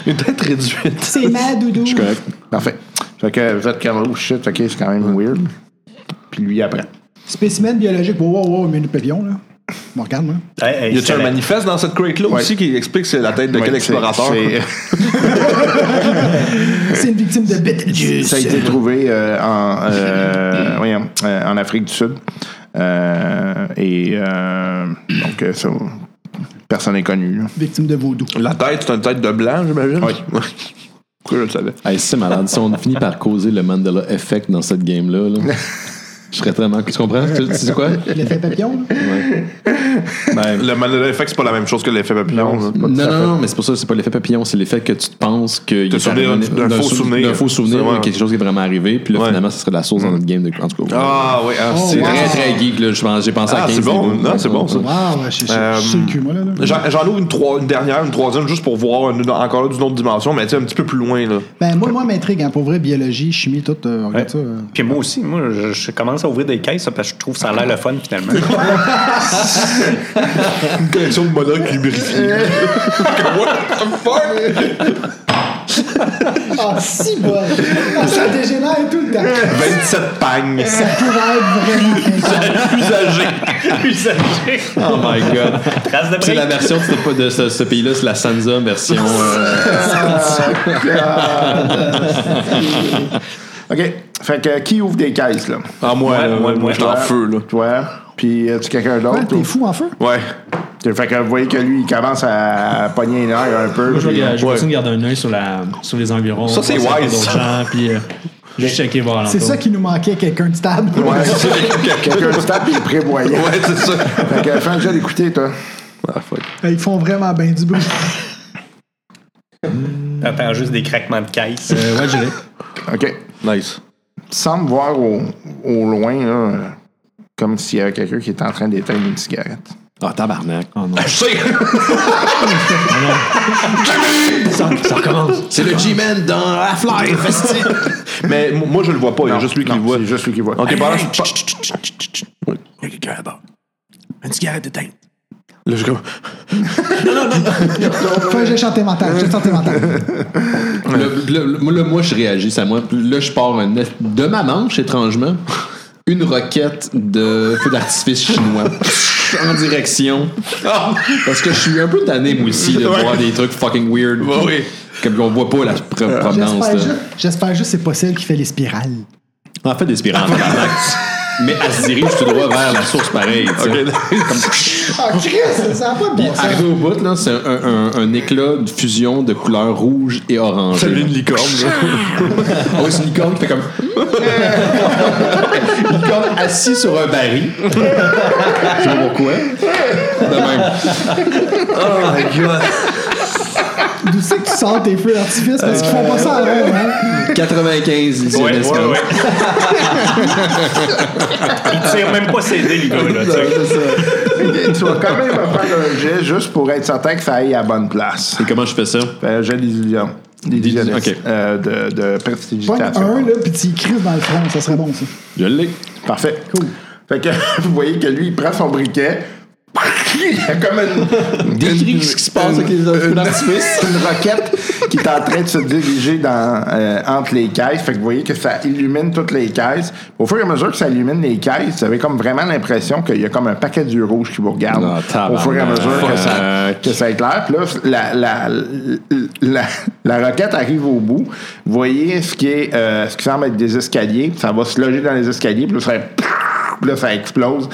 S4: une tête réduite.
S3: C'est ma doudou.
S5: Je suis correct.
S2: Parfait. Fait que vous êtes comme, oh shit, OK, c'est quand même weird. Puis lui, après.
S3: Spécimen biologique. Wow, wow, wow, mais le papillon, là. Bon, regarde, moi.
S6: Hey, hey,
S4: Y a-tu
S6: c'est
S4: un
S6: la-
S4: manifeste dans cette crate-là aussi qui explique que c'est la tête de quel
S2: Ouais,
S4: explorateur?
S2: c'est-
S3: C'est une victime de Betelgeuse.
S2: Ça a été trouvé euh, en, euh, voyons, euh, en Afrique du Sud. Euh, et euh, donc, euh, ça, personne n'est connu. là.
S3: Victime de vaudou.
S4: La tête, c'est une tête de blanc, j'imagine?
S2: Oui.
S4: Pourquoi je le savais?
S5: Hey, c'est malade. Si on finit par causer le Mandela Effect dans cette game-là, là, je serais tellement. Tu comprends? Tu tu sais quoi?
S3: L'effet papillon, là.
S5: Ben,
S4: Le Mandela Effect, c'est pas la même chose que l'effet papillon. là.
S5: non, non, non, mais c'est pour ça, c'est pas l'effet papillon, c'est l'effet que tu te penses qu'il est
S4: souvenir
S5: arrivé-
S4: d'un faux
S5: sou-
S4: souvenir.
S5: D'un faux souvenir,
S4: C'est vrai.
S5: ou quelque chose qui est vraiment arrivé, puis là,
S4: Ouais.
S5: finalement, ça serait de la sauce dans notre game. De, en tout cas,
S4: Ah oui, ah, c'est
S5: c'est très, très geek, là. je pense- J'ai pensé à
S4: Ah,
S5: 15
S4: c'est bon.
S5: secondes.
S4: Non, c'est bon, ça.
S3: Waouh, je je- je suis sur le cul, moi, là. là.
S4: J'en j'en ouvre une, trois- une dernière, une troisième, juste pour voir une- encore là d'une autre dimension, mais tu sais, un petit peu plus loin. là.
S3: Ben, moi, moi, m'intrigue, hein. Pour vrai, biologie, chimie, tout. euh, regarde ça. euh.
S6: Puis moi aussi, moi, je, je commence à ouvrir des caisses ça, parce que je trouve ça a l'air le fun finalement.
S4: Une collection de monocs lubrifiés. What the fuck?
S3: Ah, si, bon. Ah, Ça dégénère tout le temps.
S4: 27 pagnes.
S3: Ça pourrait être vraiment incroyable.
S4: Usagé.
S6: Usagé.
S5: Oh my god.
S6: Trace de
S5: C'est la
S6: briques.
S5: version de ce, de ce- ce pays-là, c'est la Sansa version. euh,
S2: OK. Fait que qui ouvre des caisses, là?
S4: Ah, moi,
S6: Ouais,
S4: là,
S6: ouais,
S4: moi,
S6: ouais.
S4: je suis en
S2: Toi,
S4: feu, là.
S2: Toi, puis euh, tu quelqu'un
S3: Ouais,
S2: d'autre?
S3: T'es fou en feu?
S4: Ouais.
S2: T'sais, Fait que vous voyez que lui, il commence à pogner les nerfs un peu.
S8: Moi, je,
S2: puis- euh,
S8: regarde- je
S4: Ouais.
S8: continue de garder un œil sur, la, sur les environs.
S4: Ça, c'est
S8: voir s'il y a
S4: wise,
S8: d'autres
S4: ça.
S8: gens, puis euh, juste checker voir
S3: C'est ça
S8: alentour.
S3: qui nous manquait, quelqu'un de stable.
S2: Ouais, quelqu'un de stable, puis il prévoyait.
S4: Ouais, c'est ça.
S2: Fait que fais un jeu d'écouter, toi.
S4: Ah, fuck.
S3: Ils font vraiment bien du bruit.
S6: T'entends juste des craquements de caisse.
S8: Euh, ouais, je l'ai.
S2: OK.
S4: Nice.
S2: Tu sembles voir au, au loin, là, comme s'il y avait quelqu'un qui était en train d'éteindre une cigarette.
S5: Ah, tabarnak.
S8: Oh non.
S4: Je sais.
S8: Ça, ça recommence.
S5: C'est le G-Man dans Half-Life. esti.
S4: Mais m- moi, je le vois pas. Il y a juste lui qui le voit.
S2: C'est juste lui qui voit.
S4: Ok, pendant que je pa-
S7: Il y a quelqu'un là-bas. Une cigarette éteinte.
S4: Là, je suis comme.
S3: Fais un jet chanté mental, j'ai chanté mental.
S5: Le, le- le- moi, là, moi, je réagis, ça, moi. Là, je pars un est- de ma manche, étrangement, une roquette de feu d'artifice chinois en direction. Parce que je suis un peu tanné, moi aussi, de voir des trucs fucking weird. Comme on voit pas la pro- provenance.
S3: Euh, J'espère
S5: là.
S3: juste, j'espère juste que c'est pas celle qui fait les spirales.
S5: En fait, des spirales. tabarnak. Mais elle se dirige tout droit vers la source pareille. tu sais.
S3: Ah, Chris, ça n'a pas de bon sens.
S5: Arrivé au bout, là, c'est un, un- un éclat de fusion de couleurs rouge et orange.
S4: Salut une licorne.
S5: Oh, c'est une licorne qui fait comme. une licorne assis sur un baril. Je sais pas pourquoi. De même.
S4: Oh my god.
S3: D'où c'est que tu sors tes feux d'artifice parce qu'ils font pas ça en rond, hein?
S4: Euh,
S5: 95 ici,
S6: Ouais, ouais,
S5: UNESCO.
S6: ouais. Il tire même pas ses dés, les gars. Là, tu sais.
S2: tu vas quand même faire un jet juste pour être certain que ça aille à la bonne place. Euh,
S5: Et comment je fais ça?
S2: Fais un jet d'illusion. D'illusionniste.
S5: Ok.
S2: Euh, de, de
S3: Pogne
S2: prestidigitation.
S3: un, là, puis tu y crises dans le front, ça serait bon, ça.
S5: Je l'ai.
S2: Parfait. Fait que vous voyez que lui, il prend son briquet. Il y a comme une.
S5: Décris ce qui se passe avec les feux d'artifice.
S2: une roquette qui est en train de se diriger dans, euh, entre les caisses. Fait que vous voyez que ça illumine toutes les caisses. Au fur et à mesure que ça illumine les caisses, vous avez comme vraiment l'impression qu'il y a comme un paquet du rouge qui vous regarde.
S5: Ah,
S2: au
S5: tabarnak.
S2: fur et à mesure que ça,
S5: Fuck.
S2: Euh, que ça éclaire. Puis là, la, la, la, la roquette arrive au bout. Vous voyez ce qui, est, euh, ce qui semble être des escaliers. Ça va se loger dans les escaliers. Puis là, ça puis là, ça explose.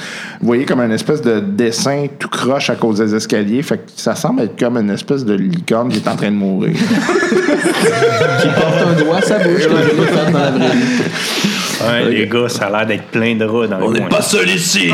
S2: Vous voyez comme un espèce de dessin tout croche à cause des escaliers. Fait que ça semble être comme une espèce de licorne qui est en train de mourir.
S5: Qui porte un doigt à sa bouche que je l'ai fait dans la vraie vie.
S6: Ouais, les gars, ça a l'air d'être plein de rats dans le coin.
S4: seul ici.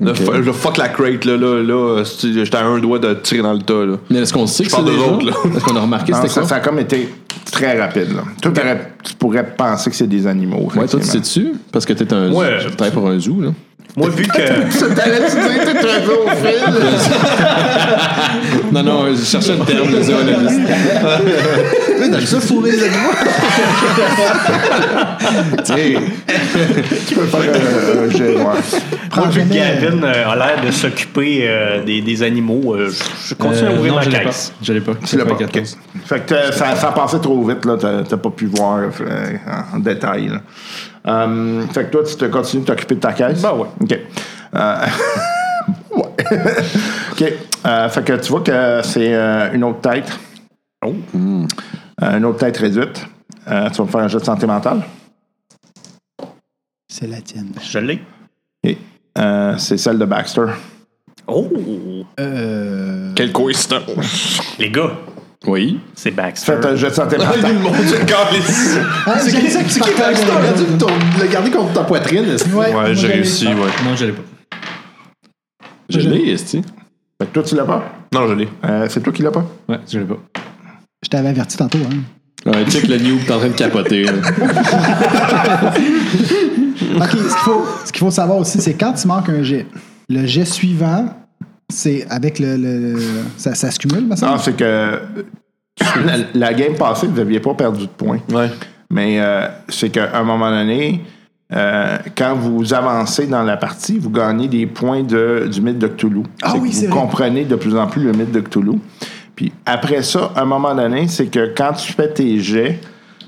S4: Le, fu- le fuck la crate, là, là, là, c'est- j'étais à un doigt de tirer dans le tas, là.
S5: Mais est-ce qu'on sait que c'est
S4: parle de
S5: des
S4: l'autre,
S5: gens? Est-ce qu'on a remarqué
S2: Non,
S5: c'était
S2: ça,
S5: quoi?
S2: ça a comme été très rapide. Là. Toi, t'aurais- tu pourrais penser que c'est des animaux.
S5: Ouais, toi, tu
S2: effectivement.
S5: sais-tu? Parce que t'es un.
S6: Ouais.
S5: Tu travailles pour un zoo, là.
S6: Moi, vu que.
S2: T'allais-tu dire t'es très beau au fil?
S5: Non, non, je cherchais le terme de zoologiste. T'aimes ça fourrer les animaux?
S2: Tu peux faire euh, un jet, ouais.
S6: Moi, vu que
S3: jamais,
S6: Gavin euh, a l'air de s'occuper euh, des, des animaux, euh, je- je continue à
S8: Euh,
S6: ouvrir
S8: non,
S6: ma
S8: je l'ai pas.
S6: caisse.
S8: Je l'ai pas.
S2: Tu l'as pas.
S8: 94.
S2: ok. Fait que t'as- ça, ça passait trop vite, là. T'as t'as pas pu voir euh, en détail. là. Hum, fait que toi, tu te continues de t'occuper de ta caisse?
S6: Ben ouais.
S2: OK. Euh, ouais. OK. Euh, fait que tu vois que c'est euh, une autre tête.
S6: Oh,
S2: Euh, une autre tête réduite. Euh, tu vas me faire un jeu de santé mentale.
S3: C'est la tienne.
S6: Je l'ai.
S2: OK. Euh, c'est celle de Baxter.
S6: Oh!
S4: Quel coïncidence.
S6: Les gars,
S5: Oui.
S6: c'est Baxter.
S2: Faites un jeu de santé mentale.
S3: Ah, j'aime ça que tu partages
S5: T'aurais
S3: ton-
S5: dû ton- le garder contre ta poitrine, est-ce que-
S3: Ouais, moi,
S4: Ouais, j'ai
S3: j'avais-
S4: réussi, ouais.
S8: Non, je l'ai pas.
S5: Je l'ai, est-ce que-
S2: Fait que toi, tu l'as pas?
S4: Non, je l'ai.
S2: Euh, c'est toi qui l'as pas?
S8: Ouais, je l'ai pas.
S3: Je t'avais averti tantôt, hein.
S5: Ouais, check le noob, t'es en train de capoter. là.
S3: OK, ce qu'il faut, ce qu'il faut savoir aussi, c'est quand tu manques un jet, le jet suivant, c'est avec le... le- ça, ça se cumule, me
S2: Non,
S3: semble?
S2: c'est que la, la game passée, vous n'aviez pas perdu de points.
S4: Ouais.
S2: Mais euh, c'est qu'à un moment donné, euh, quand vous avancez dans la partie, vous gagnez des points de- du mythe de Cthulhu.
S3: Ah
S2: C'est
S3: oui,
S2: que
S3: c'est
S2: vous
S3: vrai.
S2: comprenez de plus en plus le mythe de Cthulhu. Puis après ça, à un moment donné, c'est que quand tu fais tes jets,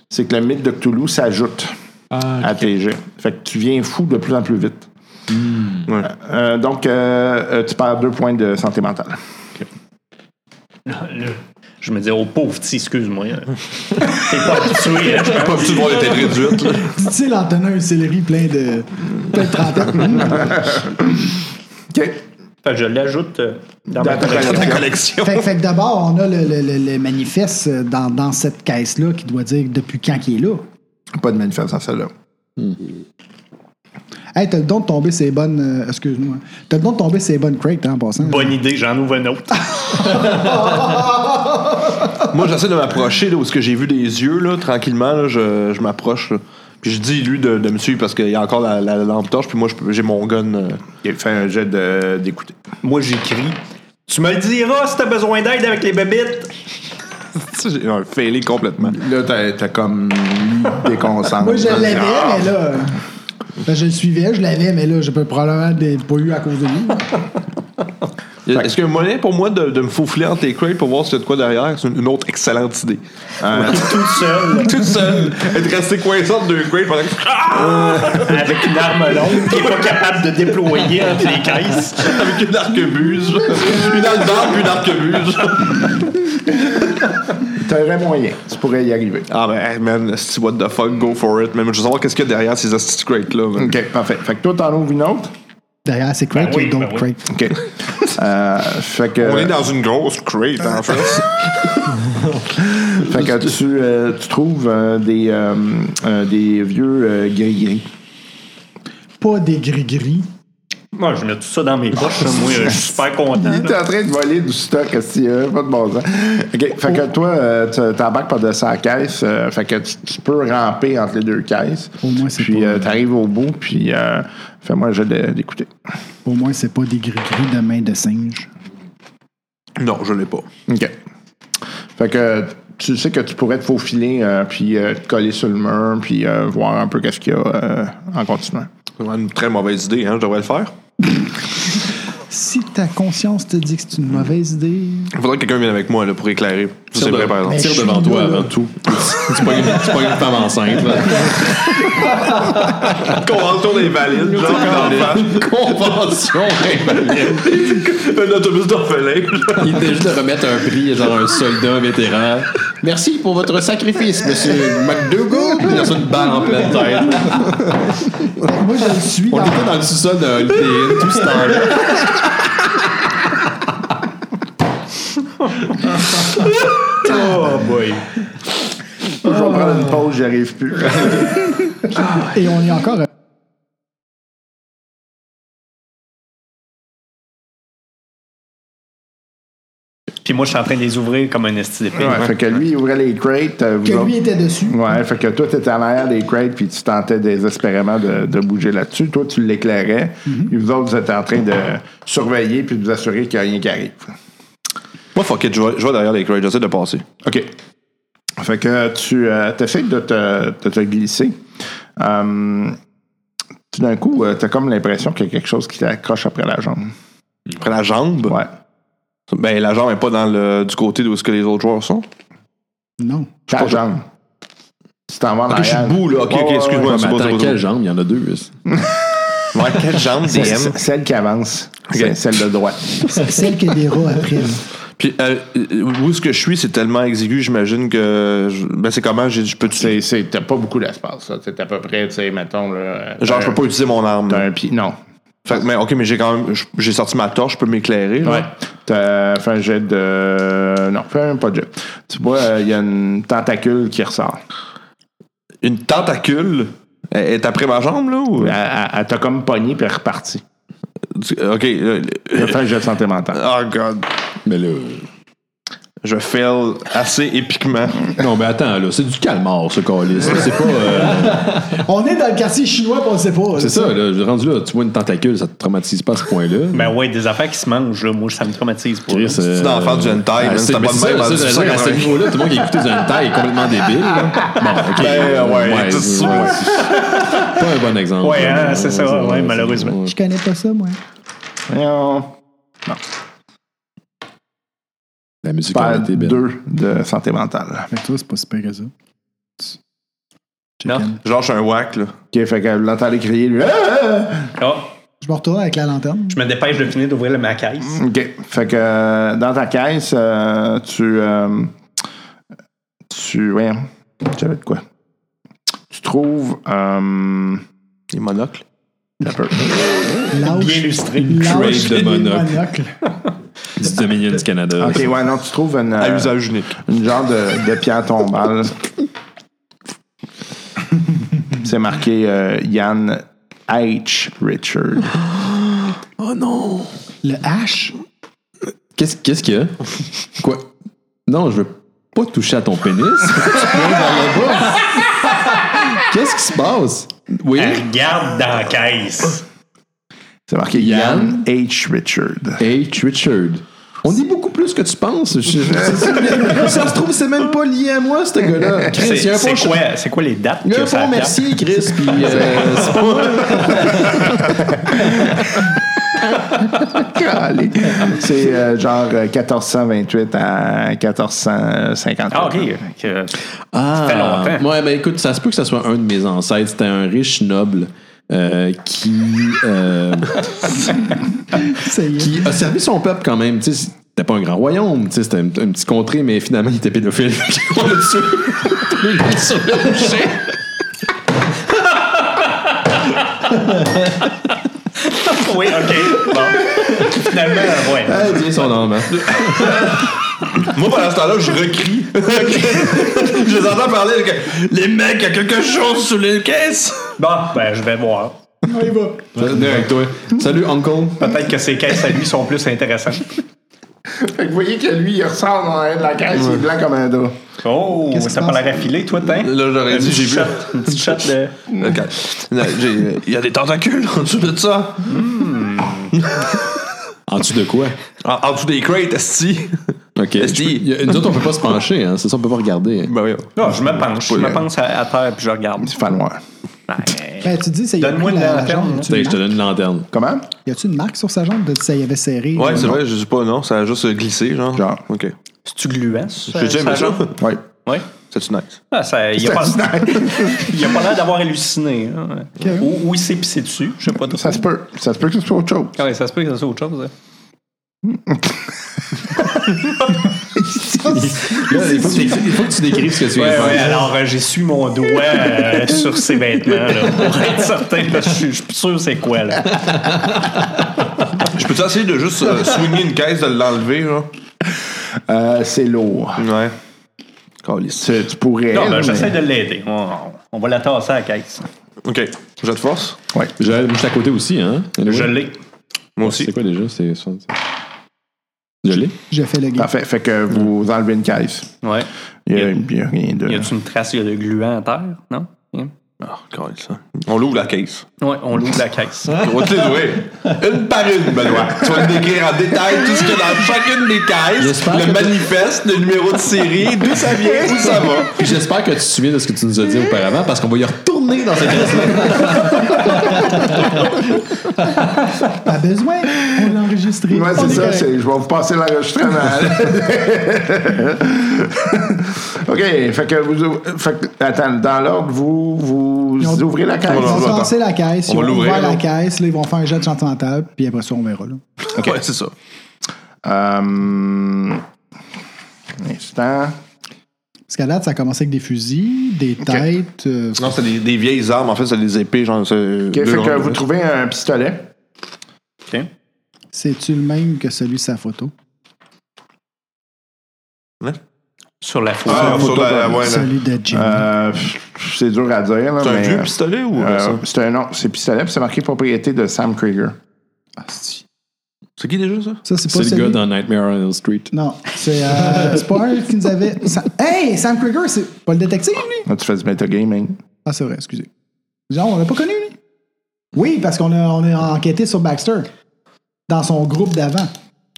S2: c'est que le mythe de Cthulhu s'ajoute
S3: Ah,
S2: à tes jets. Fait que tu viens fou de plus en plus vite.
S3: Hmm.
S4: Ouais.
S2: Euh, donc, euh, euh, tu perds deux points de santé mentale.
S6: Là, Je me dis, oh pauvre petit, excuse-moi. T'es pas habitué, là, je
S4: Pas
S6: pense.
S4: obligé de voir les têtes réduites, là.
S3: Dit-il en donnant un céleri plein de... plein de trentaine.
S2: OK.
S6: Fait que je l'ajoute euh, dans, ma
S4: ta
S6: collection.
S4: collection.
S3: Fait, fait que d'abord, on a le, le- le- le manifeste dans, dans cette caisse-là qui doit dire depuis quand qu'il est là.
S2: Pas de manifeste dans celle-là.
S3: Hey, t'as le don de tomber ces bonnes. euh, Excuse-nous. hein. T'as le don de tomber ces bonnes crates, hein, en passant.
S6: Bonne idée, j'en ouvre un autre.
S4: Moi, j'essaie de m'approcher, là, où ce que j'ai vu des yeux, là, tranquillement, là, je, je m'approche, là. Puis je dis, lui, de, de me suivre parce qu'il y a encore la, la lampe torche, puis moi, je peux- j'ai mon gun. euh,
S2: Il fait un jet de- d'écouter.
S6: Moi, j'écris. Tu me le diras si t'as besoin d'aide avec les bébites.
S4: j'ai un failé complètement.
S2: Là, t'as t'as comme déconcentré.
S3: Moi, je l'avais,
S2: Ah.
S3: mais là. ben, je le suivais, je l'avais, mais là, je peux probablement des- pas eu à cause de lui.
S4: Est-ce qu'il y a un moyen pour moi de, de me faufiler entre tes crates pour voir s'il y a de quoi derrière? C'est une, une autre excellente idée. Euh,
S6: Tout seul,
S4: Toute seule, être resté coincé entre deux crates pendant que...
S6: avec une arme longue qui est pas capable de déployer entre les caisses.
S4: avec une arquebuse. une arme puis une arquebuse.
S2: T'aurais moyen. Tu pourrais y arriver.
S4: Ah ben, hey, man, esti, what the fuck, go for it. man. je veux savoir qu'est-ce qu'il y a derrière ces esti crates là man.
S2: OK, parfait. Fait que toi, t'en ouvres une autre.
S3: Derrière, c'est crates,
S6: Ben oui,
S3: les dons
S6: ben
S3: de
S6: oui.
S3: crates.
S2: OK. Euh, fait que,
S4: On est dans une grosse crate, en fait.
S2: fait que tu, euh, tu trouves euh, des, euh, euh, des vieux euh, gris-gris.
S3: Pas des gris-gris.
S6: Moi, je mets tout ça dans mes poches. Moi, je suis super
S4: Ah.
S6: content.
S2: T'es en train de voler du stock, si pas de bon sens. OK, fait que toi, euh, tu- t'embarques par-dessus la caisse, euh, fait que tu, tu peux ramper entre les deux caisses.
S3: Au moins, c'est
S2: Puis
S3: pas-
S2: euh, t'arrives au bout, puis euh, fais-moi un jeu de- d'écouter.
S3: Au moins, c'est pas des gris-gris de main de singe.
S4: non, je l'ai pas.
S2: OK. Fait que tu sais que tu pourrais te faufiler, euh, puis euh, te coller sur le mur, puis euh, voir un peu qu'est-ce qu'il y a euh, en continuant.
S4: C'est vraiment une très mauvaise idée, hein, je devrais le faire.
S3: Si ta conscience te dit que c'est une mauvaise idée.
S4: Il faudrait que quelqu'un vienne avec moi là, pour éclairer. Ça, C'est vrai, par exemple.
S3: Mais je
S5: Tire
S3: suis
S5: devant
S3: là,
S5: toi
S3: là.
S5: avant tout. C'est pas une c'est pas une femme enceinte. là.
S4: Convention des valides, genre, dans les-
S5: Convention invalide.
S4: un autobus d'orphelin. genre.
S5: Il était juste de remettre un prix, genre un soldat vétéran. Merci pour votre sacrifice, monsieur McDougall. Puis il lance une balle en pleine tête.
S3: ben, Moi, je le suis
S5: On
S3: dans
S5: était dans le sous-sol d'un LTN tout ce temps-là.
S2: Je vais prendre une pause, j'y arrive plus.
S3: Et on est encore. à-
S6: Puis moi, je suis en train de les ouvrir comme un esti d'épée.
S2: Ouais, fait que lui, il ouvrait les crates. euh, vous
S3: Que
S2: autres-
S3: lui était dessus.
S2: Ouais, fait que toi, tu étais en arrière des crates, puis tu tentais désespérément de, de bouger là-dessus. Toi, tu l'éclairais. Et vous autres, vous êtes en train de surveiller, puis de vous assurer qu'il n'y a rien qui arrive.
S4: Moi, fuck it, je vais, je vais derrière les crates, j'essaie de passer.
S2: OK. Fait que tu essaies de te, de te glisser. Euh, tout d'un coup, tu as comme l'impression qu'il y a quelque chose qui t'accroche après la jambe.
S4: Après la jambe.
S2: Ouais.
S4: Ben, la jambe est pas dans le, du côté d'où est-ce que les autres joueurs sont.
S3: Non.
S2: Ta jambe. Tu t'en vas en
S4: Ok, je suis
S2: arrière.
S4: debout, là. Ok,
S2: Ouais,
S4: ok,
S2: ouais,
S4: excuse-moi.
S2: ouais.
S4: c'est pas- c'est
S5: Attends,
S4: pas-
S5: quelle jambe? Il y en a deux.
S4: Ouais, quelle jambe,
S2: C'est
S4: DM?
S2: c'est celle qui avance. C'est celle de droite.
S3: C'est celle qui a des rats après.
S4: Puis, euh, euh, où est-ce que je suis, c'est tellement exigu, j'imagine que. je- ben, c'est comment? j'ai- Je peux tu
S2: C'est- c'est- T'as pas beaucoup d'espace. là. C'est à peu près, tu sais, mettons. Là,
S4: Genre, je peux pas utiliser mon arme.
S2: T'as un pied. Non.
S4: Fait que, mais, ok, mais j'ai quand même. J'ai sorti ma torche, je peux m'éclairer. là.
S2: Ouais. T'as fait un jet de. Non, fais un pas de jet. Tu vois, euh, il y a une tentacule qui ressort.
S4: Une tentacule. Elle est après ma jambe, là? Ou...
S2: Elle, elle- elle t'a comme pogné puis elle est repartie.
S4: Tu- Ok. là,
S2: Je
S4: euh,
S2: fais un jet de santé mentale.
S4: Oh, God.
S5: Mais là.
S4: Je fail assez épiquement.
S5: Non, mais attends, là. C'est du calmar, ce colis. C'est pas. euh,
S3: On est dans le quartier chinois, puis on le sait pas.
S5: C'est ça, là. Rendu là, tu vois une tentacule, ça te traumatise pas à ce point-là.
S6: Ben ouais, des affaires qui se mangent, là. Moi, ça me traumatise pour
S5: Chris,
S6: eux.
S5: euh,
S4: C'est d'enfant du hentai,
S5: ah,
S4: man,
S5: c'est-
S4: c'est pas
S5: mais
S4: de
S5: c'est
S4: même,
S5: ça,
S4: hein,
S5: c'est
S4: c'est
S5: ça, À ce
S4: 80.
S5: niveau-là, tout le monde qui écoute du hentai est complètement débile. là. Bon, ok.
S4: Ben, ouais, c'est sûr.
S5: Pas un bon exemple.
S6: Ouais, hein, c'est ça, ouais, malheureusement.
S3: Je connais pas ça, moi.
S2: Non.
S5: La musique a
S2: Perds
S5: été belle.
S2: deux de santé mentale.
S3: Mais toi, c'est pas super que ça.
S4: Non. Genre, je suis un whack, là.
S2: OK, fait que vous l'entendez crier, lui. Ah, ah,
S6: Ah,
S3: Je me retourne avec la lanterne.
S6: je me dépêche de finir d'ouvrir ma caisse.
S2: ah. OK. Fait que euh, dans ta caisse, euh, tu. euh, tu. Voyons. J'avais de quoi? Tu trouves. euh,
S4: Les monocles.
S3: Bien
S6: illustré.
S3: Lâche
S9: Trade de
S3: les
S9: monocle.
S3: monocles.
S9: Du Dominion du Canada.
S2: Ok, ouais, non, tu trouves une,
S4: à
S2: euh,
S4: Ah, usage unique.
S2: une genre de, de pierre tombale. C'est marqué euh, Yann H. Richard.
S3: Le H.
S5: Qu'est-ce qu'est-ce qu'il y a? Quoi? Non, je veux pas toucher à ton pénis. Tu peux vers le bas. Qu'est-ce qui se passe? Oui.
S6: Regarde dans la caisse.
S2: C'est marqué Yann H. Richard.
S5: H. Richard. On dit beaucoup plus que tu penses. Je- je- ça se trouve, c'est même pas lié à moi, ce gars-là. Chris, il y a
S6: C'est
S5: un
S6: c'est
S5: fond,
S6: quoi, c'est quoi les dates
S5: il y a
S6: que
S5: un
S6: ça
S5: fond
S6: tape?
S5: merci, Chris, puis euh, c'est pas moi.
S2: Calé. C'est euh, genre euh, 1428 à 1450.
S6: Ah, OK. ok.
S5: Ah,
S6: Ça fait longtemps.
S5: Ouais, mais écoute, ça se peut que ça soit un de mes ancêtres. C'était un riche noble euh, qui, euh,
S3: Ça y est.
S5: qui a servi son peuple quand même. Tu sais, c'était pas un grand royaume, tu sais, c'était une, une petite contrée, mais finalement, il était pédophile. On l'a tué. Puis il est sur le boucher.
S6: Oui, OK. Bon. Finalement, ouais.
S5: Ah, bien son âme. hein.
S4: Moi, pendant ce temps-là, je recris. je les entends parler. je- Les mecs, il y a quelque chose sous les caisses.
S6: Bon, ben, je vais voir.
S5: Ça, venez avec toi. Salut, uncle.
S6: Peut-être que ces caisses à lui sont plus intéressantes.
S2: Fait que vous voyez que lui, il ressemble dans la caisse, il est blanc comme un drap.
S6: Oh,
S3: Qu'est-ce
S6: ça
S3: qui
S6: pas
S3: passe?
S6: l'air affilé, toi, t'es?
S4: Là, j'aurais dit, j'ai vu.
S6: Une petite shot de.
S4: Ok. Non, j'ai- Il y a des tentacules en dessous de ça.
S5: En dessous de quoi?
S4: En, en dessous des crates, esti.
S5: Ok.
S6: Ben,
S4: Est-ce
S5: Je peux-
S4: qu'il-
S5: y a- Nous autres, on peut pas se pencher, hein. C'est ça, on peut pas regarder.
S4: Ben oui.
S6: Non, Ah, je me penche. Je me penche à, à terre puis je regarde.
S2: C'est pas noir.
S3: Ben, tu dis, ça y a
S6: Donne-moi
S3: pris
S6: une
S3: la,
S6: lanterne, là.
S3: jambe. Y a-tu
S5: Tiens,
S3: une
S5: Je te
S3: marque?
S5: donne une lanterne.
S2: Comment?
S3: Y a-tu une marque sur sa jambe de ça y avait serré?
S4: Ouais, c'est vrai, je sais pas, non, ça a juste glissé, genre.
S2: Genre.
S4: Ok.
S6: C'est-tu gluant, ça?
S4: J'ai déjà aimé ça.
S2: Oui.
S6: Oui.
S4: C'est-tu nice?
S6: Ah, ça, il a pas il a pas l'air d'avoir halluciné. hein. Ou, ou il s'est pissé dessus, je sais pas trop.
S2: Ça se peut. Ça se peut que ce soit autre chose.
S6: Ah ouais, ça se peut que ça soit autre chose. hein.
S5: Là, il faut que tu- il faut que tu décrives ce que tu
S6: Ouais,
S5: viens de
S6: ouais,
S5: faire.
S6: alors euh, j'ai su mon doigt euh, sur ses vêtements là, pour être certain, parce que je suis- je suis plus sûr c'est quoi. Là.
S4: Je peux-tu essayer de juste euh, swinguer une caisse, de l'enlever, genre?
S2: Euh, c'est lourd.
S4: Ouais.
S2: Tu, tu pourrais.
S6: Non, ben,
S2: mais-
S6: j'essaie de l'aider. On, on va la tasser à la caisse.
S4: Ok. J'ai de force?
S5: Je moi, je suis à côté aussi, hein? Anyway.
S6: Je l'ai.
S4: Moi
S5: C'est
S4: aussi.
S5: quoi déjà? C'est 67. Je l'ai.
S3: J'ai fait le gars.
S2: Parfait. Fait que vous enlevez une caisse.
S6: Ouais.
S2: Il n'y a, rien de.
S6: Y a-tu une trace il y a de gluant à terre? Non? Rien?
S4: Ah, ça. On l'ouvre la caisse.
S6: Ouais, on l'ouvre la caisse.
S5: Hein?
S4: On va te les ouvrir. Une par une, Benoît. Tu vas me décrire en détail tout ce qu'il y a dans chacune des caisses,
S5: J'espère que-
S4: le manifeste, le numéro de série, d'où ça vient, où ça va.
S5: Puis j'espère que tu te souviens de ce que tu nous as dit auparavant parce qu'on va y retourner dans cette caisse-là.
S3: Pas besoin. On l'a enregistré.
S2: Ouais,
S3: On
S2: c'est
S3: est
S2: ça.
S3: correct.
S2: c'est- Je vais vous passer l'enregistrement. OK. Fait que vous. ou- Fait que, attends, dans l'ordre, vous, vous
S3: On-
S2: ouvrez la caisse.
S3: Ils vont
S4: va-
S3: lancer la caisse,
S4: on
S3: ils
S4: va
S3: vont
S4: l'ouvrir,
S3: ouvrir
S4: là.
S3: la caisse, là, ils vont faire un jet de sentimental, puis après ça, on verra. Là.
S4: Ouais, c'est ça.
S2: Euh, un instant.
S3: Parce qu'à date, ça a commencé avec des fusils, des têtes. euh,
S4: Non, c'est des, des vieilles armes, en fait, c'est des épées, genre. c'est-
S2: OK,
S4: deux
S2: fait que
S4: rondes.
S2: vous trouvez un pistolet.
S3: C'est-tu le même que celui de sa photo?
S6: Sur la photo.
S4: Ah, sur la- ouais, là.
S3: celui de Jim.
S2: Euh, pff, c'est dur à dire. là,
S4: C'est un
S2: mais,
S4: vieux
S2: euh,
S4: pistolet ou
S2: euh,
S4: ça?
S2: C'est un nom, c'est pistolet, puis c'est marqué propriété de Sam Krieger.
S4: C'est qui déjà ça?
S3: ça, c'est pas
S5: C'est le gars
S3: celui...
S5: dans Nightmare on Elm Street.
S3: Non, c'est euh, c'est pas un qui nous avait... Sa- Hey, Sam Krieger, c'est pas le détective, lui?
S2: Là, tu fais du metagaming.
S3: Ah, c'est vrai, excusez. Genre, on l'a pas connu, lui? Oui, parce qu'on a, on a enquêté sur Baxter, dans son groupe d'avant.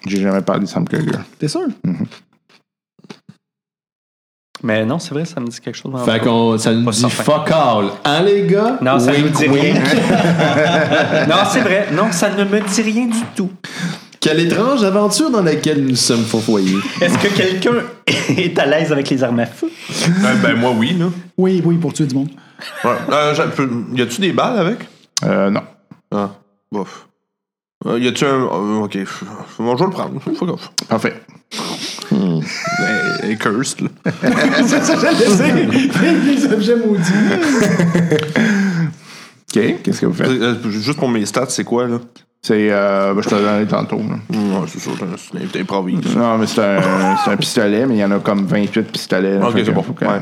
S2: J'ai jamais parlé de Sam Krieger.
S3: T'es sûr?
S6: Mais non, c'est vrai, ça me dit quelque chose. dans
S5: Fait
S6: le-
S5: qu'on, ça nous
S6: Pas
S5: dit
S6: certain.
S5: fuck all. Hein, les gars?
S6: Non, ça ne me
S5: Wink,
S6: dit
S5: wink.
S6: rien. non, c'est vrai. Non, ça ne me dit rien du tout.
S5: Quelle étrange aventure dans laquelle nous sommes fourvoyés.
S6: Est-ce que quelqu'un est à l'aise avec les armes à feu?
S4: Euh, ben, moi, oui, là.
S3: Oui, oui, pour tuer du monde.
S4: Ouais. Euh, j'a- peut- y a-tu des balles avec?
S2: Euh, non.
S4: Ah, bof. Euh, y a-tu un. euh, ok, f- bon, je vais le prendre. Fuck off.
S2: Parfait.
S4: Elle est cursed, là.
S3: Les objets maudits.
S2: OK. Qu'est-ce que vous faites?
S4: Euh, Juste pour mes stats, c'est quoi, là?
S2: C'est. euh, ben, je te le donnerai tantôt. là.
S4: Mm, ouais, c'est ça, c'est un- c'est une invité improvise.
S2: Non, mais c'est un, c'est un pistolet, mais il y en a comme 28 pistolets. là.
S4: Ok,
S2: Fait que
S4: c'est bon.
S2: faut que-
S4: Ouais.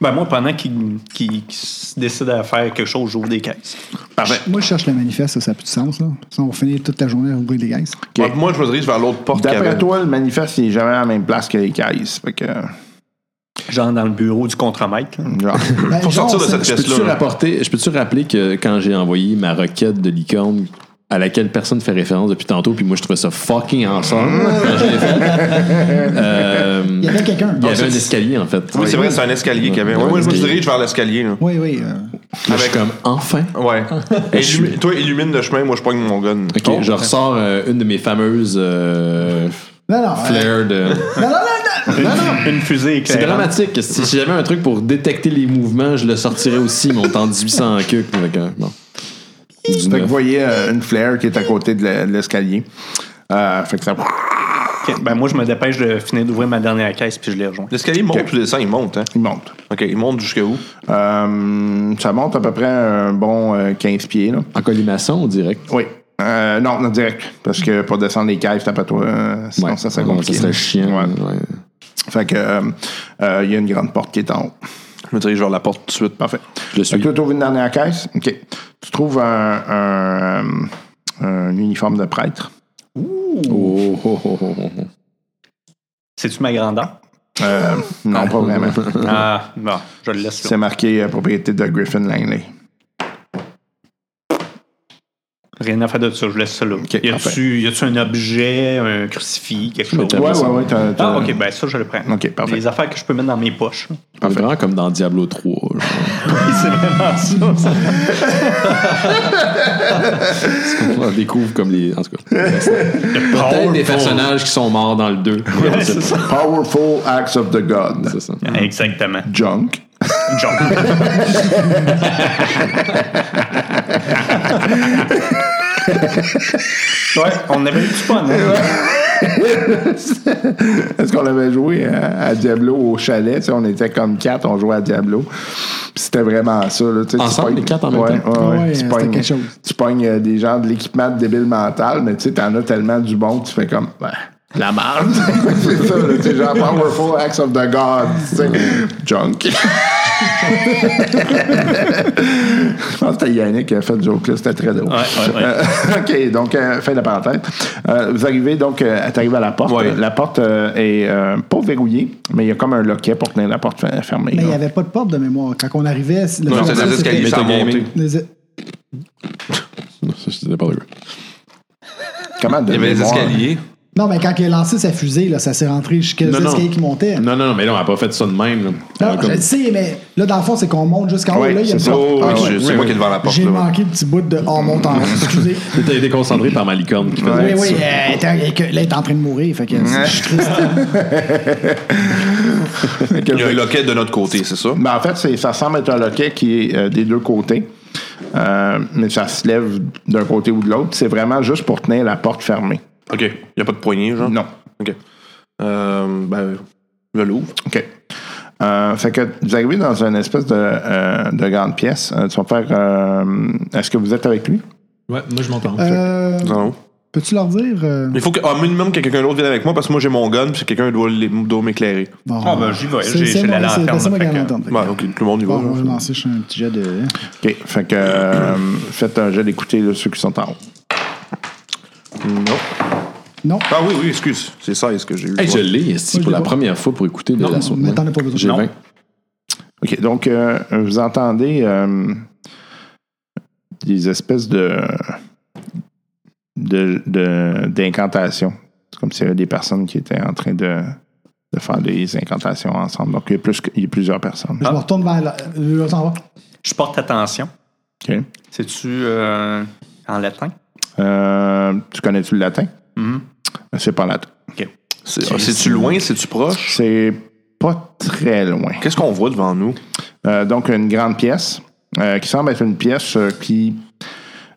S6: Ben moi, pendant qu'il qu'il- qu'il se décide à faire quelque chose, j'ouvre des caisses.
S4: Ah, ben.
S3: Moi, je cherche le manifeste, ça, ça n'a plus de sens. Là. Sinon, on va finir toute la journée à ouvrir des caisses.
S2: Ok.
S4: Ouais, Ah, Moi, je me dirige vers l'autre porte qu'il y
S2: D'après
S4: avait.
S2: toi, le manifeste, il est jamais à la même place que les caisses. Fait que. euh,
S6: Genre dans le bureau du contremaître. là.
S2: Genre.
S3: Ben,
S4: Faut
S3: genre,
S4: sortir de
S3: ça-
S4: cette
S5: Je peux-tu
S4: pièce-là. là.
S5: rapporter- je peux-tu rappeler que quand j'ai envoyé ma requête de licorne à laquelle personne fait référence depuis tantôt, puis moi je trouvais ça fucking ensemble quand je l'ai fait, euh,
S3: Il y avait quelqu'un.
S5: il y avait un escalier en fait.
S4: Oui, c'est vrai, c'est un escalier qu'il y avait. Ouais,
S5: Ouais,
S4: moi, je me
S5: escalier.
S4: dirige vers l'escalier, là.
S3: Oui, oui. euh,
S5: Là, je suis
S4: Avec-
S5: comme enfin.
S4: Ouais.
S5: Et je
S4: Illumi-
S5: suis-
S4: Toi, illumine le chemin, moi, je pogne mon gun.
S5: Ok, je ressors euh, une de mes fameuses euh,
S3: Non, non. euh,
S5: flares de.
S3: non, non, non, non.
S6: Une fusée
S5: C'est
S6: éclairante.
S5: dramatique. Si si j'avais un truc pour détecter les mouvements, je le sortirais aussi, mon temps 1800 en queue. Fait que, bon. Du
S2: Fait que vous
S5: neuf.
S2: voyez euh, une flare qui est à côté de la- de l'escalier. Euh, fait que ça.
S6: Ok, Ben moi, je me dépêche de finir d'ouvrir ma dernière caisse puis je les rejoins.
S4: L'escalier monte ou descend, il monte, hein?
S2: Il monte.
S4: OK, il monte jusqu'à où?
S2: Euh, ça monte à peu près un bon euh, 15 pieds. Là.
S5: En colimaçon ou direct?
S2: Oui. Euh, non, non, direct. Parce que pour descendre les caves, t'as pas toi. euh, sinon,
S5: Ouais.
S2: ça serait
S5: Ouais,
S2: compliqué.
S5: serait chiant.
S2: Ouais.
S5: ouais.
S2: Fait que, euh, euh, il y a une grande porte qui est en haut.
S4: Je me dirige vers la porte tout de suite.
S2: Parfait.
S5: Je le
S2: Fait
S5: suis.
S2: que toi, t'ouvres une dernière caisse. OK. Tu trouves un, un, euh, un uniforme de prêtre.
S5: Oh, oh, oh, oh, oh.
S6: C'est-tu ma grandeur?
S2: Euh, non, pas vraiment.
S6: Ah, bon, je le laisse là.
S2: Mm-hmm. C'est marqué euh, propriété de Griffin Langley.
S6: Rien à faire de ça, je laisse ça là.
S2: Ok,
S6: y a-tu y a-tu un objet, un crucifix, quelque chose?
S2: Ouais, ouais, ouais. t'as- t'as-
S6: Ah, ok, ben ça, je le prends.
S2: Euh, OK, parfait.
S6: Les affaires que je peux mettre dans mes poches.
S5: On est vraiment comme dans Diablo 3. genre.
S6: C'est vraiment ça. ça.
S5: On découvre comme les. En tout cas. Peut-être des personnages qui sont morts dans le 2. c'est ça.
S2: Powerful acts of the God.
S5: C'est ça.
S6: Exactement.
S2: Junk.
S6: Genre. ouais, on avait eu du fun. hein?
S2: Est-ce qu'on avait joué hein, à, à Diablo au chalet? Tu sais, on était comme quatre, on jouait à Diablo. Puis c'était vraiment ça. Là, tu sais, tu
S5: Ensemble,
S2: pognes-
S5: les quatre en même
S2: Ouais,
S5: temps?
S2: ouais, ouais.
S3: Ouais,
S2: Tu
S3: c'était
S2: pognes-
S3: quelque chose.
S2: Tu pognes euh, des gens de l'équipement de débile mental, mais tu sais, t'en as tellement du bon que tu fais comme. ben, la merde! c'est ça, là, tu sais, genre Powerful Acts of the God, tu sais. Junk. Je pense que c'était Yannick qui a fait le joke là, c'était très drôle.
S6: ouais, ouais.
S2: Euh, OK, donc, euh, fin de la parenthèse. Euh, vous arrivez donc, euh, t'arrives à la porte.
S4: Ouais.
S2: La porte euh, est euh, pas verrouillée, mais il y a comme un loquet pour tenir la porte fe- fermée.
S3: Mais il
S2: là.
S3: n'y avait pas de porte de mémoire. Quand on arrivait, le
S4: Non,
S3: fonctionnement,
S4: c'est des
S3: c'était-
S4: escaliers, ça a monté.
S3: les é-
S5: Ça, c'est n'importe quoi.
S2: Comment de
S4: Il y avait des
S2: mémoire?
S4: escaliers.
S3: Non, mais quand il a lancé sa fusée, là, ça s'est rentré jusqu'à les
S5: Non, non.
S3: escaliers qui montaient. Ah,
S5: Non, non, non, mais là, on n'a pas fait ça de même. là.
S3: Non,
S5: On a comme-
S3: je le sais, mais là, dans le fond, c'est qu'on monte jusqu'en haut.
S2: Ouais,
S3: là, il y a
S2: c'est
S3: une
S2: ça.
S3: porte.
S4: Oh,
S2: Ah,
S4: oui,
S2: ouais.
S4: je- c'est moi qui ai le vers la porte.
S3: J'ai
S4: Là, ouais.
S3: manqué le petit bout de on monte en haut. Excusez.
S5: T'as été concentré par ma licorne qui faisait
S3: Oui,
S5: ça.
S3: oui, euh, elle était- elle- que- là, elle est en train de mourir. Fait que c'est- je suis triste.
S4: Il y a un loquet de notre côté, c'est ça?
S2: Ben, en fait, c'est- ça semble être un loquet qui est euh, des deux côtés. Euh, mais ça se lève d'un côté ou de l'autre. C'est vraiment juste pour tenir la porte fermée.
S4: OK. Il n'y a pas de poignée, genre?
S2: Non.
S4: OK. Euh, ben, je l'ouvre.
S2: OK. Euh, fait que vous arrivez dans une espèce de, euh, de grande pièce. Euh, tu vas faire. euh, Est-ce que vous êtes avec lui?
S8: Ouais, moi je m'entends.
S3: Euh,
S4: Non.
S3: Peux-tu leur dire? euh,
S4: Il faut que, un minimum que quelqu'un d'autre vienne avec moi parce que moi j'ai mon gun puis quelqu'un doit, les- doit m'éclairer.
S3: bon,
S6: Ah, ben, j'y vais.
S3: c'est-
S6: J'ai-
S3: c'est
S6: j'ai la
S3: moi- c'est-
S6: lanterne,
S3: C'est moi qui ai
S6: fait
S3: la
S6: que-
S3: lanterne. fait que-
S4: Ben, OK, tout le monde y va.
S3: Bon, on va
S4: là.
S3: lancer je fais un petit jet de.
S2: OK. Fait que euh, faites un jet d'écouter là, ceux qui sont en haut.
S4: Non.
S3: Non.
S4: Ah oui, oui, excuse. C'est 16 que j'ai eu.
S5: Hey, je
S4: Ouais.
S5: l'ai esti,
S3: Moi, je
S5: pour
S3: l'ai
S5: la
S3: pas.
S5: première fois pour écouter de la sauce.
S3: mais t'en as pas besoin.
S5: J'ai
S3: Non.
S5: 20.
S2: OK. Donc, euh, vous entendez euh, des espèces de de- de- d'incantations. C'est comme s'il y avait des personnes qui étaient en train de, de faire des incantations ensemble. Donc, il y a, plus, que- il y a plusieurs personnes.
S3: Je me retourne vers. la- euh, on s'en va.
S6: Je porte attention.
S2: OK.
S6: C'est-tu euh, en latin?
S2: Euh, tu connais-tu le latin? C'est pas latin.
S4: C'est- ah, C'est-tu loin? C'est-tu proche?
S2: C'est pas très loin.
S4: Qu'est-ce qu'on voit devant nous?
S2: Euh, donc, une grande pièce euh, qui semble être une pièce euh, qui,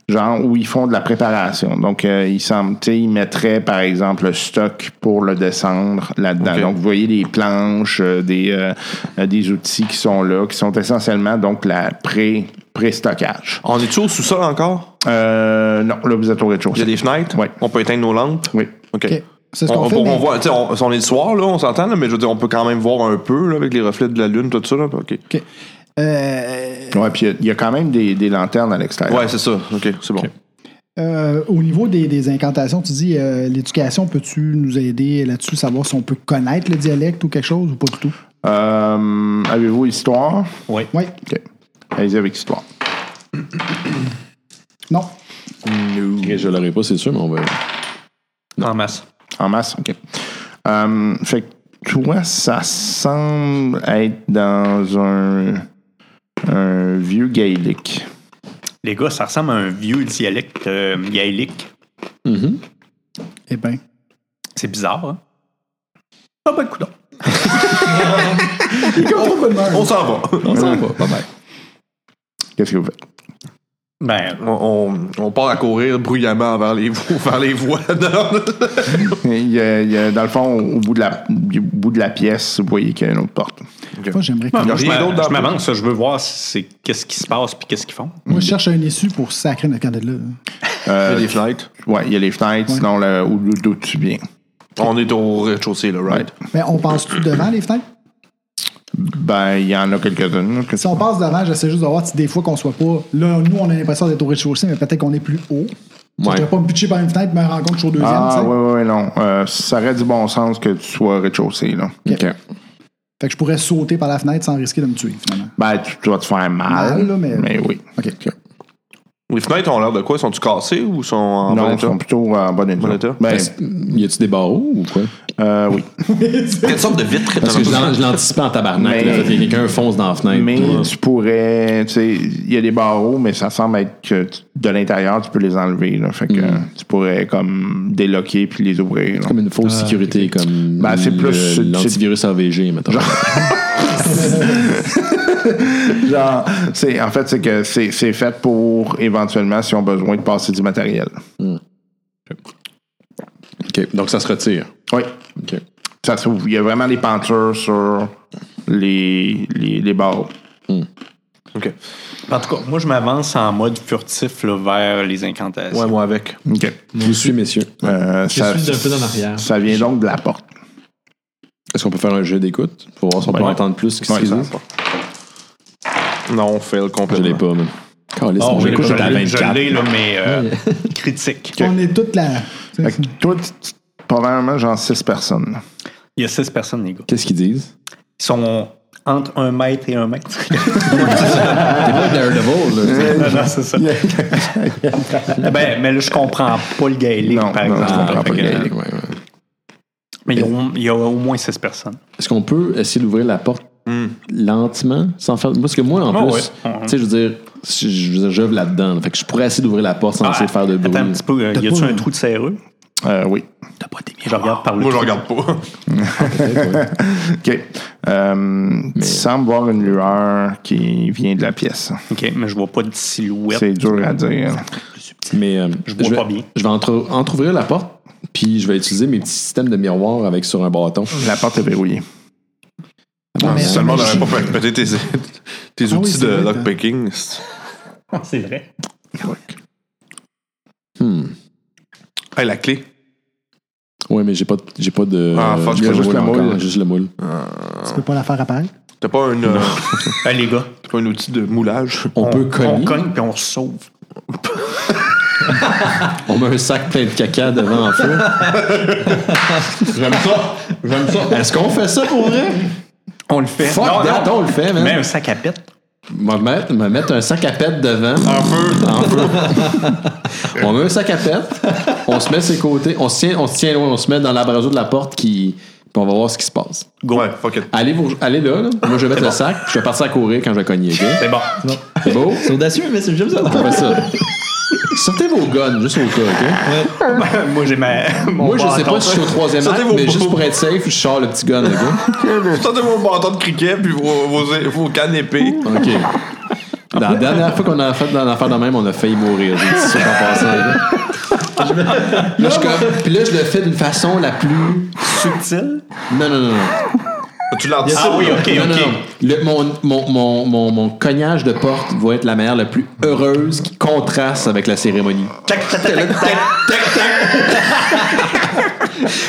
S2: genre, où ils font de la préparation. Donc, euh, ils, semblent, tu sais, ils mettraient, par exemple, le stock pour le descendre là-dedans.
S4: Ok.
S2: Donc, vous voyez des planches, euh, des, euh, euh, des outils qui sont là, qui sont essentiellement donc la pré Préstockage.
S4: On est-tu au sous-sol encore?
S2: Euh, non, là, vous êtes au
S4: Il y a
S2: rez-de-chaussée.
S4: des fenêtres?
S2: Ouais.
S4: On peut éteindre nos lampes?
S2: Oui.
S4: OK.
S3: OK. C'est ce
S4: On,
S3: qu'on
S4: on-
S3: fait.
S4: on
S3: mais-
S4: voit, tu sais, on, on est le soir, là, on s'entend, là, mais je veux dire, on peut quand même voir un peu là, avec les reflets de la lune, tout ça. Là. OK.
S3: OK. Euh,
S2: Ouais, puis il y a- il y, a quand même des, des lanternes à l'extérieur.
S4: Ouais, c'est ça. OK, c'est bon.
S3: euh, au niveau des, des incantations, tu dis euh, l'éducation, peux-tu nous aider là-dessus, savoir si on peut connaître le dialecte ou quelque chose ou pas du tout?
S2: Euh, Avez-vous histoire?
S3: Oui.
S2: OK. Allez-y avec histoire.
S3: Non.
S5: Et je l'aurais pas, c'est sûr, mais on va.
S6: En masse.
S2: En masse, OK. Euh, fait que toi, ça semble être dans un, un vieux gaélique.
S6: Les gars, ça ressemble à un vieux dialecte euh, gaélique.
S3: Eh bien.
S6: C'est bizarre, hein? Ah ben, coudonc.
S4: On s'en va.
S5: On s'en va, bye bye.
S2: Qu'est-ce que vous faites?
S6: Ben,
S4: On, on- on part à courir bruyamment vers les, vo- vers les voies. Non.
S2: Il y a- il y a- dans le fond, au bout de la, du bout de la pièce, vous voyez qu'il y a une autre porte.
S3: Moi, j'aimerais que-
S4: y a
S6: je
S4: rien
S6: m'a-
S4: d'autre dans
S6: je
S4: le-
S6: m'avance, je veux voir c'est qu'est-ce qui se passe puis qu'est-ce qu'ils font.
S3: Moi, je cherche un issue pour sacrer notre candidate-là.
S4: Il y a
S2: Euh,
S4: des fenêtres.
S2: ouais, il y a les fenêtres,
S3: Ouais.
S2: sinon le- où- d'où tu viens.
S4: On est au rez-de-chaussée, là, right?
S3: Mais on passe-tu devant les fenêtres?
S2: Ben, il y en a quelques-unes. que-
S3: Si on passe devant, j'essaie juste de voir si des fois qu'on soit pas. Là, nous, on a l'impression d'être au rez-de-chaussée, mais peut-être qu'on est plus haut. Je ne
S5: Ouais.
S3: pas me pitcher par une fenêtre, me rendre compte que je suis au deuxième. tu
S2: Ah,
S3: sais.
S2: ouais, ouais, ouais, non. Euh, ça aurait du bon sens que tu sois au rez-de-chaussée, là.
S5: OK.
S3: Fait que je pourrais sauter par la fenêtre sans risquer de me tuer, finalement.
S2: Ben, tu tu vas te faire mal.
S3: Mal, là, mais-
S2: oui.
S3: OK.
S4: Les fenêtres ont l'air de quoi? Sont-tu cassées ou sont en
S2: non,
S4: bon
S2: ils
S4: état?
S2: sont plutôt en bon état.
S4: Bon état?
S2: Ben,
S5: Y a-tu des barreaux ou quoi?
S2: euh, oui.
S4: Quelle sorte de vitre?
S5: Parce que je l'an- je l'anticipe en tabarnak.
S2: Mais-
S5: là, fait que quelqu'un fonce dans la fenêtre.
S2: Mais
S5: Ouais.
S2: tu pourrais, tu sais, il y a des barreaux, mais ça semble être que tu- de l'intérieur, tu peux les enlever. Là, fait que tu pourrais comme déloquer puis les ouvrir. là.
S5: Mm. comme une
S3: Ah,
S5: fausse sécurité, comme
S3: Bah,
S2: Ben, c'est
S5: le-
S2: plus- c'est-
S5: l'antivirus AVG, maintenant.
S2: Genre, c'est- en fait, c'est que c'est c'est fait pour éventuellement si on a besoin de passer du matériel.
S5: Mm. OK, donc ça se retire.
S2: Oui.
S5: OK.
S2: Ça s'ouvre. Il y a vraiment des peintures sur les, les, les barreaux.
S6: En tout cas, moi, je m'avance en mode furtif là, vers les incantations.
S4: Ouais, moi avec.
S2: OK.
S5: Je vous suis, messieurs.
S2: Euh, ça,
S10: suis d'un peu en arrière.
S2: ça vient donc de la porte.
S5: Est-ce qu'on peut faire un jeu d'écoute pour voir si on peut
S2: Ouais.
S5: entendre plus que
S2: Ouais,
S5: ce
S2: ça-
S5: qu'ils
S4: Non, on fait le
S5: Je l'ai
S4: complètement.
S5: pas, man. Caliste,
S6: Oh,
S5: mon
S6: je
S5: jeu.
S6: l'ai- je
S5: J'écoute à
S6: l'ai, je
S5: 24.
S6: l'ai, là, mais euh, critique.
S3: On est toute la.
S2: Fait que toi, tu- tu- probablement genre six personnes. là.
S6: Il y a 16 personnes, les gars.
S5: Qu'est-ce qu'ils disent?
S6: Ils sont entre un mètre et un mètre.
S5: T'es pas Daredevil, là.
S6: non, non, c'est ça. ben, mais là, je comprends pas le gaélique,
S2: Non,
S6: par
S2: non,
S5: Ah,
S6: exemple.
S2: je comprends
S6: Ah, Fait
S2: pas
S6: que,
S2: le gaélique.
S5: Ouais, ouais.
S6: Mais il y, a, au- il y a au moins 16 personnes.
S5: Est-ce qu'on peut essayer d'ouvrir la porte lentement, sans faire. Parce que moi, en
S6: Oh,
S5: plus,
S6: Hmm. ouais.
S5: tu sais, je veux dire, si- je veux dire, j'œuvre là-dedans. là. fait que je pourrais essayer d'ouvrir la porte sans essayer de faire de bruit.
S6: Ah, Attends un petit peu. euh, Y a-tu un trou de serreux?
S2: Euh, oui.
S6: Je regarde par le
S4: Moi, je
S6: trou.
S4: regarde pas.
S2: OK. Euh, Tu sembles voir une lueur qui vient de la pièce.
S6: OK, mais je vois pas de silhouette.
S2: C'est dur à dire.
S5: Mais euh,
S6: Je vois
S5: vais,
S6: pas bien.
S5: Je vais entre, entrouvrir la porte, puis je vais utiliser mes petits systèmes de miroir avec sur un bâton.
S2: La porte est verrouillée.
S3: Non, Ah, mais-
S4: Seulement, on
S3: mais
S4: n'aurait
S3: je-
S4: pas fait péter tes, tes
S3: Ah oui,
S4: outils
S3: c'est
S4: de
S3: vrai,
S4: lockpicking.
S6: Ah, C'est vrai.
S4: Hey, la clé.
S5: Hmm. Ouais, mais j'ai pas, de- j'ai pas de.
S4: Ah, fuck,
S5: j'ai
S4: il y a
S2: juste le
S5: encore,
S2: moule.
S5: Juste le moule.
S3: Tu peux pas la faire apparaître.
S4: T'as pas, un, euh,
S6: Ben, les gars,
S4: t'as pas un outil de moulage?
S5: On, peut
S6: on
S5: cogner.
S6: cogne puis on se sauve.
S5: On met un sac plein de caca devant en feu. J'aime ça. J'aime ça. Est-ce qu'on fait ça pour vrai?
S6: On le fait.
S5: Fuck
S6: Non,
S5: that,
S6: non.
S5: on le fait, man.
S6: Mais un sac à pète.
S5: Me mettre, me mettre un sac à pète devant. En feu. on met un sac à pète. On se met ses côtés. On se tient, on se tient loin. On se met dans l'abrasure de la porte qui. Puis on va voir ce qui se passe.
S4: Ouais, fuck it.
S5: Allez, vous, allez là, là. Moi, je vais mettre le sac. puis Je vais partir à courir quand je vais cogner. ok?
S6: C'est bon.
S5: C'est beau?
S10: C'est audacieux, mais c'est j'aime ça.
S5: On fait ça. Sortez vos guns, juste au cas, OK?
S6: Moi, j'ai ma. mon
S5: Moi, je sais
S6: bâton.
S5: pas si je suis au troisième
S4: Sortez
S5: acte,
S4: vos
S5: mais
S4: bombes.
S5: juste pour être safe, je sors le petit gun, le gars.
S4: Sortez vos bâtons de cricket puis vos, vos, vos cannes épées.
S5: OK. Dans la dernière fois qu'on a fait dans l'affaire de même, on a failli mourir. J'ai dit ça en passant. Là. Là, je, comme- puis là, je le fais d'une façon la plus...
S6: Subtil.
S5: Non, non, non, non.
S4: Tu l'anticipes.
S6: Ah oui,
S4: là.
S6: ok,
S5: Non, non,
S6: ok.
S5: non. Le- mon, mon, mon, mon, mon cognage de porte va être la manière la plus heureuse qui contraste avec la cérémonie.
S6: Tac, tac, tac, tac, tac.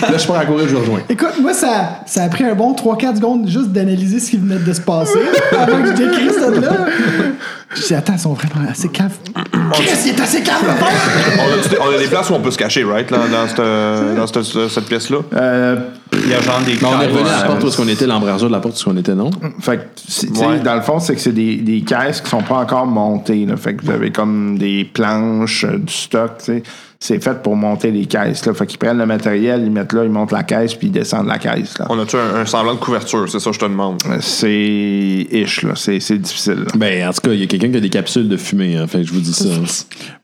S5: Là, je pars à courir, je le rejoins.
S3: Écoute, moi, ça, ça a pris un bon 3-4 secondes juste d'analyser ce qui venait de se passer avant que je décrive cette là Je dis, attends, ils sont vraiment assez caves. Chris, il est assez cave, le père!
S4: On a, des- on a des places où on peut se cacher, right? Là, dans cette, euh, dans cette, cette- cette pièce-là.
S2: Euh,
S6: Il y a genre des
S5: Mais on est revenu à la
S6: Ah, Ouais.
S5: porte où est-ce qu'on était, l'embrasure de la porte où est-ce qu'on était, non?
S2: Fait que, c'est- tu sais,
S4: Ouais.
S2: dans le fond, c'est que c'est des, des caisses qui sont pas encore montées. là. Fait que vous avez comme des planches, euh, du stock, tu sais. C'est fait pour monter les caisses, là. Fait qu'ils prennent le matériel, ils mettent là, ils montent la caisse, puis ils descendent la caisse, là.
S4: On a-tu un, un semblant de couverture? C'est ça que je te demande.
S2: C'est ish, là. C'est c'est difficile, là.
S5: Ben, en tout cas, il y a quelqu'un qui a des capsules de fumée, hein, fait que je vous dis ça.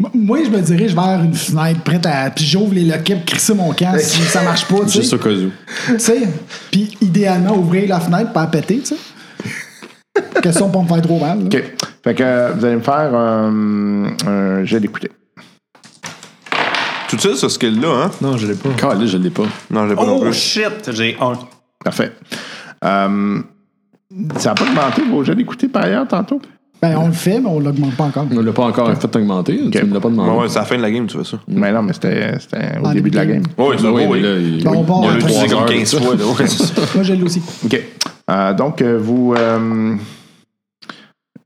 S3: Moi- Moi, je me dirige vers une fenêtre prête à. Puis j'ouvre les loquets pour crisser mon camp si ça marche pas, tu
S5: Juste
S3: sais.
S5: au cas où.
S3: Tu sais. Puis idéalement, ouvrir la fenêtre pour la péter, tu sais. Question pour me faire trop mal. là.
S2: OK. Fait que euh, vous allez me faire euh, un jet d'écouter.
S4: Tu utilises ce skill-là, hein?
S11: Non, je l'ai pas.
S5: Ah, là, je l'ai pas.
S4: Non, je l'ai pas non
S6: Oh
S4: plus.
S6: shit, j'ai un.
S2: Parfait. Euh, ça n'a pas augmenté vos jets d'écouter par ailleurs tantôt?
S3: Ben, on le fait, mais on l'augmente pas encore.
S5: On l'a pas encore fait augmenter. Tu me l'as pas demandé.
S4: Ouais, ouais, c'est la fin de la game, tu vois ça.
S2: Mais non, mais c'était c'était au
S3: Ah,
S2: début de la game.
S4: Oui,
S5: Ben
S4: ça,
S5: oui,
S4: oui.
S5: mais là, il-
S3: Bon,
S5: oui,
S3: bon,
S5: il y a
S3: on
S5: eu
S3: va
S5: trois
S4: utilisé comme
S5: heures,
S4: 15
S5: ça.
S4: fois. là, ouais.
S3: Moi, je l'ai aussi.
S2: OK. Euh, donc, euh, vous. euh,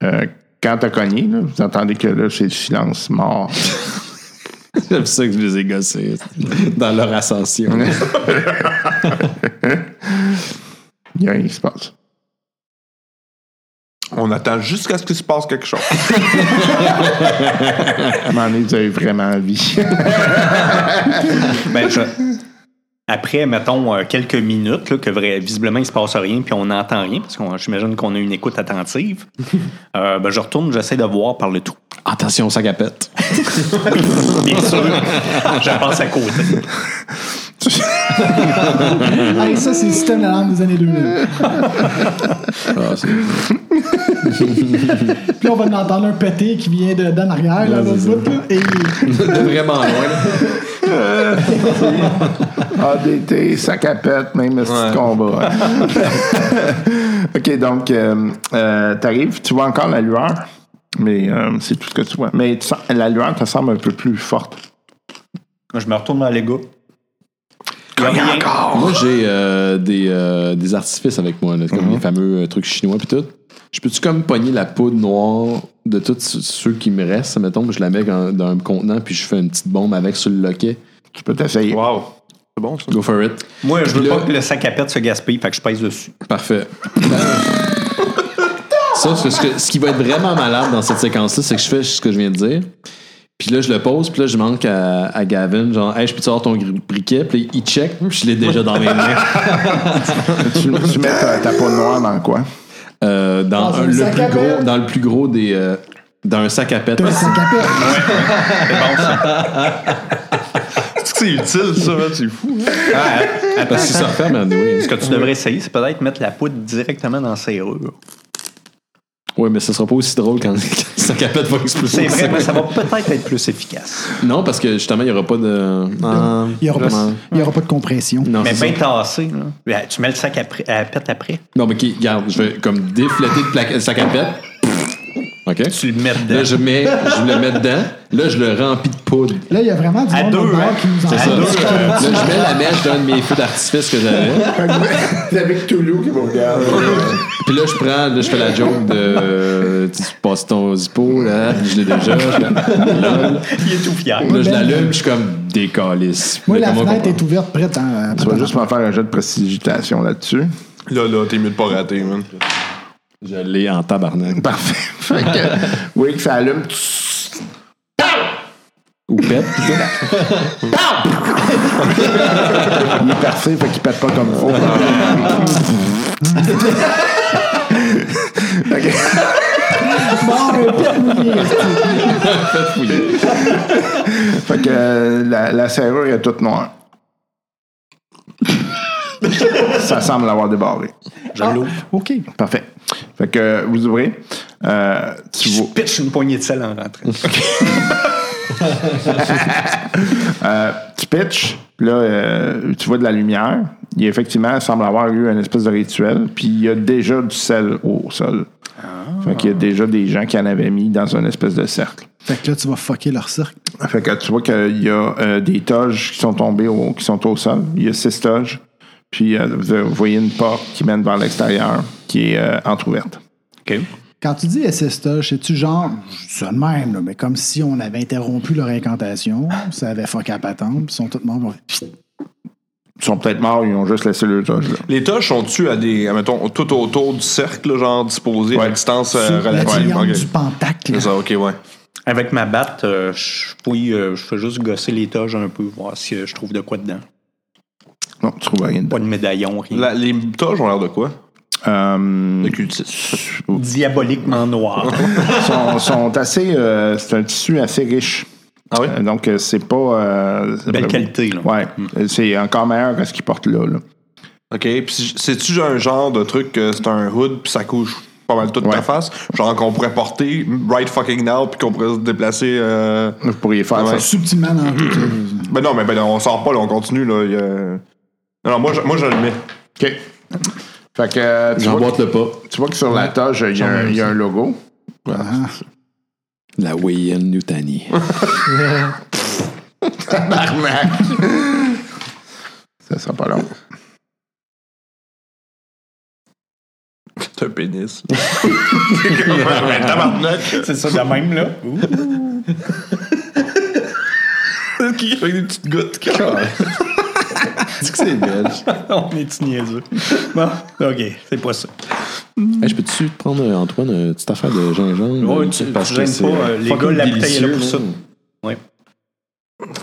S2: euh, quand t'as cogné, là, vous entendez que là, c'est le silence mort.
S5: J'aime ça que je les ai gossés dans leur ascension.
S2: Il n'y a rien qui se passe.
S4: On attend jusqu'à ce qu'il se passe quelque chose.
S2: À un moment donné, vous avez vraiment envie.
S6: Ben, je- Après, mettons, euh, quelques minutes, là, que vrai- visiblement, il se passe rien, puis on n'entend rien, parce que j'imagine qu'on a une écoute attentive, euh, ben, je retourne, j'essaie de voir par le trou.
S5: Attention, sac à pète.
S6: Bien sûr, je passe à côté.
S3: Hey, Ah, ça, c'est le système d'alarme des années 2000.
S5: Ah, c'est-
S3: Puis là, on va en entendre un péter qui vient de- d'en arrière, là, l'autre bout, là. Et
S5: de vraiment loin. là.
S2: ADT, Ah, sac à pète, même style
S4: Ouais.
S2: combat. OK, donc, euh, euh, t'arrives, tu vois encore la lueur, mais euh, c'est tout ce que tu vois. Mais tu sens- la lueur te semble un peu plus forte.
S6: Je me retourne vers les gars. Il y a rien.
S5: Moi, j'ai euh, des, euh, des artifices avec moi, là, comme les fameux euh, trucs chinois puis tout. Je peux-tu comme pogner la poudre noire de tous ce- ceux qui me restent, mettons, que je la mets dans, dans un contenant puis je fais une petite bombe avec sur le loquet?
S2: Tu peux t'essayer.
S4: Wow. C'est bon, ça.
S5: Go for it.
S6: Moi, je veux
S5: Puis là-
S6: pas que le sac à pète se gaspille, fait que je pèse dessus.
S5: Parfait. Ça, c'est ce, que- ce qui va être vraiment malade dans cette séquence-là, c'est que je fais ce que je viens de dire. Puis là, je le pose, puis là, je manque à, à Gavin, genre, hey, je peux-tu avoir ton gri- briquet? Puis là, il check, puis je l'ai déjà dans mes mains.
S2: tu, tu mets ta, ta peau noire dans quoi?
S5: Euh, dans,
S3: Dans
S5: un-
S3: un
S5: le
S3: sac
S5: plus
S3: à
S5: gros-
S3: pelle.
S5: dans le plus gros des. euh, dans un sac à pète.
S3: un sac à pète.
S4: C'est utile, ça, man, c'est fou. hein.
S5: Parce que ça referme, anyway.
S6: Ce que tu devrais essayer, c'est peut-être mettre la poudre directement dans la serrure.
S5: Ouais, mais ce sera pas aussi drôle quand, quand le sac à pète va exploser.
S6: C'est vrai, mais ça va peut-être être plus efficace.
S5: Non, parce que justement, il n'y aura pas de. Ah,
S3: Il n'y aura, pas-
S5: vraiment.
S3: il y aura pas de compression.
S5: Non,
S6: Mais
S5: c'est
S6: bien
S5: ça.
S6: tassé, là. Ben, Tu mets le sac à, pré- à pète après.
S5: Non, mais qui, regarde, je vais comme défléter le plaque- le sac à pète. OK.
S6: Tu le mets dedans.
S5: Là, je, mets, je le mets dedans. Là, je le remplis de poudre.
S3: Là, il y a vraiment du
S6: À
S3: monde
S6: deux,
S3: au bord
S6: hein.
S3: qui nous en
S6: C'est
S5: Ça.
S6: deux, euh,
S5: Là, je mets la mèche d'un de mes feux d'artifice que j'avais.
S2: Avec Toulouse qui vous regarde.
S5: Puis là, je prends, là, je fais la joke de. euh, tu passes ton zippo, là, je l'ai déjà. Je fais, lol.
S6: Il est tout fier.
S5: Là, je l'allume, puis je suis comme décalisse.
S3: Moi, la fenêtre est ouverte, prête hein. à.
S2: Tu vas juste me faire un jet de prestidigitation là-dessus.
S4: Là, là, t'es mieux de pas rater, man.
S5: Je l'ai en tabarnak.
S2: Parfait. Fait que, oui, que ça allume.
S5: Ou pète, plutôt.
S2: Il est percé, fait qu'il pète pas comme il faut. Fait que euh, la, la serrure est toute noire. ça semble l'avoir débarré.
S6: Je l'ouvre.
S3: OK.
S2: Parfait. Fait que euh, vous ouvrez. Euh, tu
S6: Je
S2: vois-
S6: pitch une poignée de sel en rentrant.
S2: tu pitches, puis là, euh, tu vois de la lumière. il effectivement semble avoir eu une espèce de rituel, puis il y a déjà du sel au sol. Fait qu'il y a déjà des gens qui en avaient mis dans un espèce de cercle.
S3: Fait que là, tu vas fucker leur cercle.
S2: Fait que tu vois qu'il y a euh, des toges qui sont tombées au, qui sont au sol. Il y a six toges. Puis euh, vous vous voyez une porte qui mène vers l'extérieur qui est euh, entrouverte.
S6: OK.
S3: Quand tu dis SSTOG, c'est-tu genre, je dis ça de même, là, mais comme si on avait interrompu leur incantation, ça avait fuck à patente, puis ils sont tous morts.
S2: Ils sont peut-être morts, ils ont juste laissé le toge là.
S4: Les toches sont-tu à des. Mettons, tout autour du cercle, là, genre disposées à
S2: Ouais.
S4: distance
S3: C'est
S4: euh,
S3: la
S4: relative?
S3: triangle
S4: Ok.
S3: du pentacle.
S4: C'est ça, ok, ouais.
S6: Avec ma batte, euh, je fouille, euh, je fais juste gosser les toges un peu, voir si euh, je trouve de quoi dedans.
S2: Non, tu trouves rien
S6: Pas
S2: dedans.
S6: de médaillon, rien.
S4: La- les toges ont l'air de quoi?
S2: Euh,
S4: De cultistes.
S6: Diaboliquement noir.
S2: sont, sont assez. euh, c'est un tissu assez riche.
S4: Ah oui?
S2: Euh, donc, euh, c'est pas. euh, c'est
S6: Belle
S2: pas-
S6: qualité, là. Mm.
S2: Ouais. Euh, C'est encore meilleur que ce qu'ils portent là. là.
S4: OK. Puis c'est-tu un genre de truc que c'est un hood puis ça couche pas mal toute
S2: Ouais.
S4: ta face? Genre qu'on pourrait porter right fucking now puis qu'on pourrait se déplacer. euh,
S2: Vous pourriez faire
S6: Ah
S4: Ouais.
S2: ça.
S3: Subtilement dans tout. là.
S4: Ben non, mais ben non, on sort pas, là, on continue. Là, il y a- Non, non, moi je, moi, je le mets.
S2: OK. Fait que. euh, tu, vois,
S5: J'emboîte le pas.
S2: tu vois que sur la toge, il y, a un- il y a un logo.
S5: La Wayan Nutani.
S2: Ça sera pas long.
S4: C'est un pénis.
S12: C'est ça de même, là.
S4: Avec des petites gouttes.
S12: On est niaiseux. Bon, OK, c'est pas ça.
S5: Hey, je peux-tu te prendre, euh, Antoine, une petite affaire de gingembre?
S6: Ouais,
S5: euh,
S6: tu- tu
S5: que
S6: gênes
S5: c'est,
S6: pas, euh, les
S5: fucking
S6: gars, la bouteille est là
S5: délicieux,
S6: pour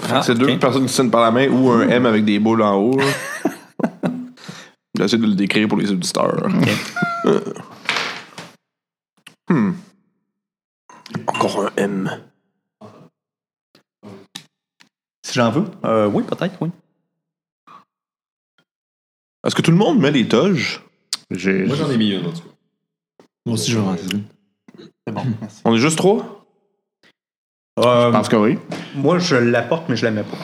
S6: Ah,
S5: là.
S4: c'est deux
S6: ok.
S4: personnes qui se tiennent par la main ou un M avec des boules en haut. là. J'essaie de le décrire pour les auditeurs. Hmm. Encore un M.
S6: Si j'en veux? Euh, oui, peut-être, oui.
S4: Est-ce que tout le monde met les toges?
S2: J'ai-
S5: Moi, j'en ai mis une, en tout cas.
S8: Moi aussi, je vais en rentrer.
S4: On est juste trois?
S6: Euh,
S2: Je pense que oui.
S6: moi, je l'apporte, mais je la mets pas.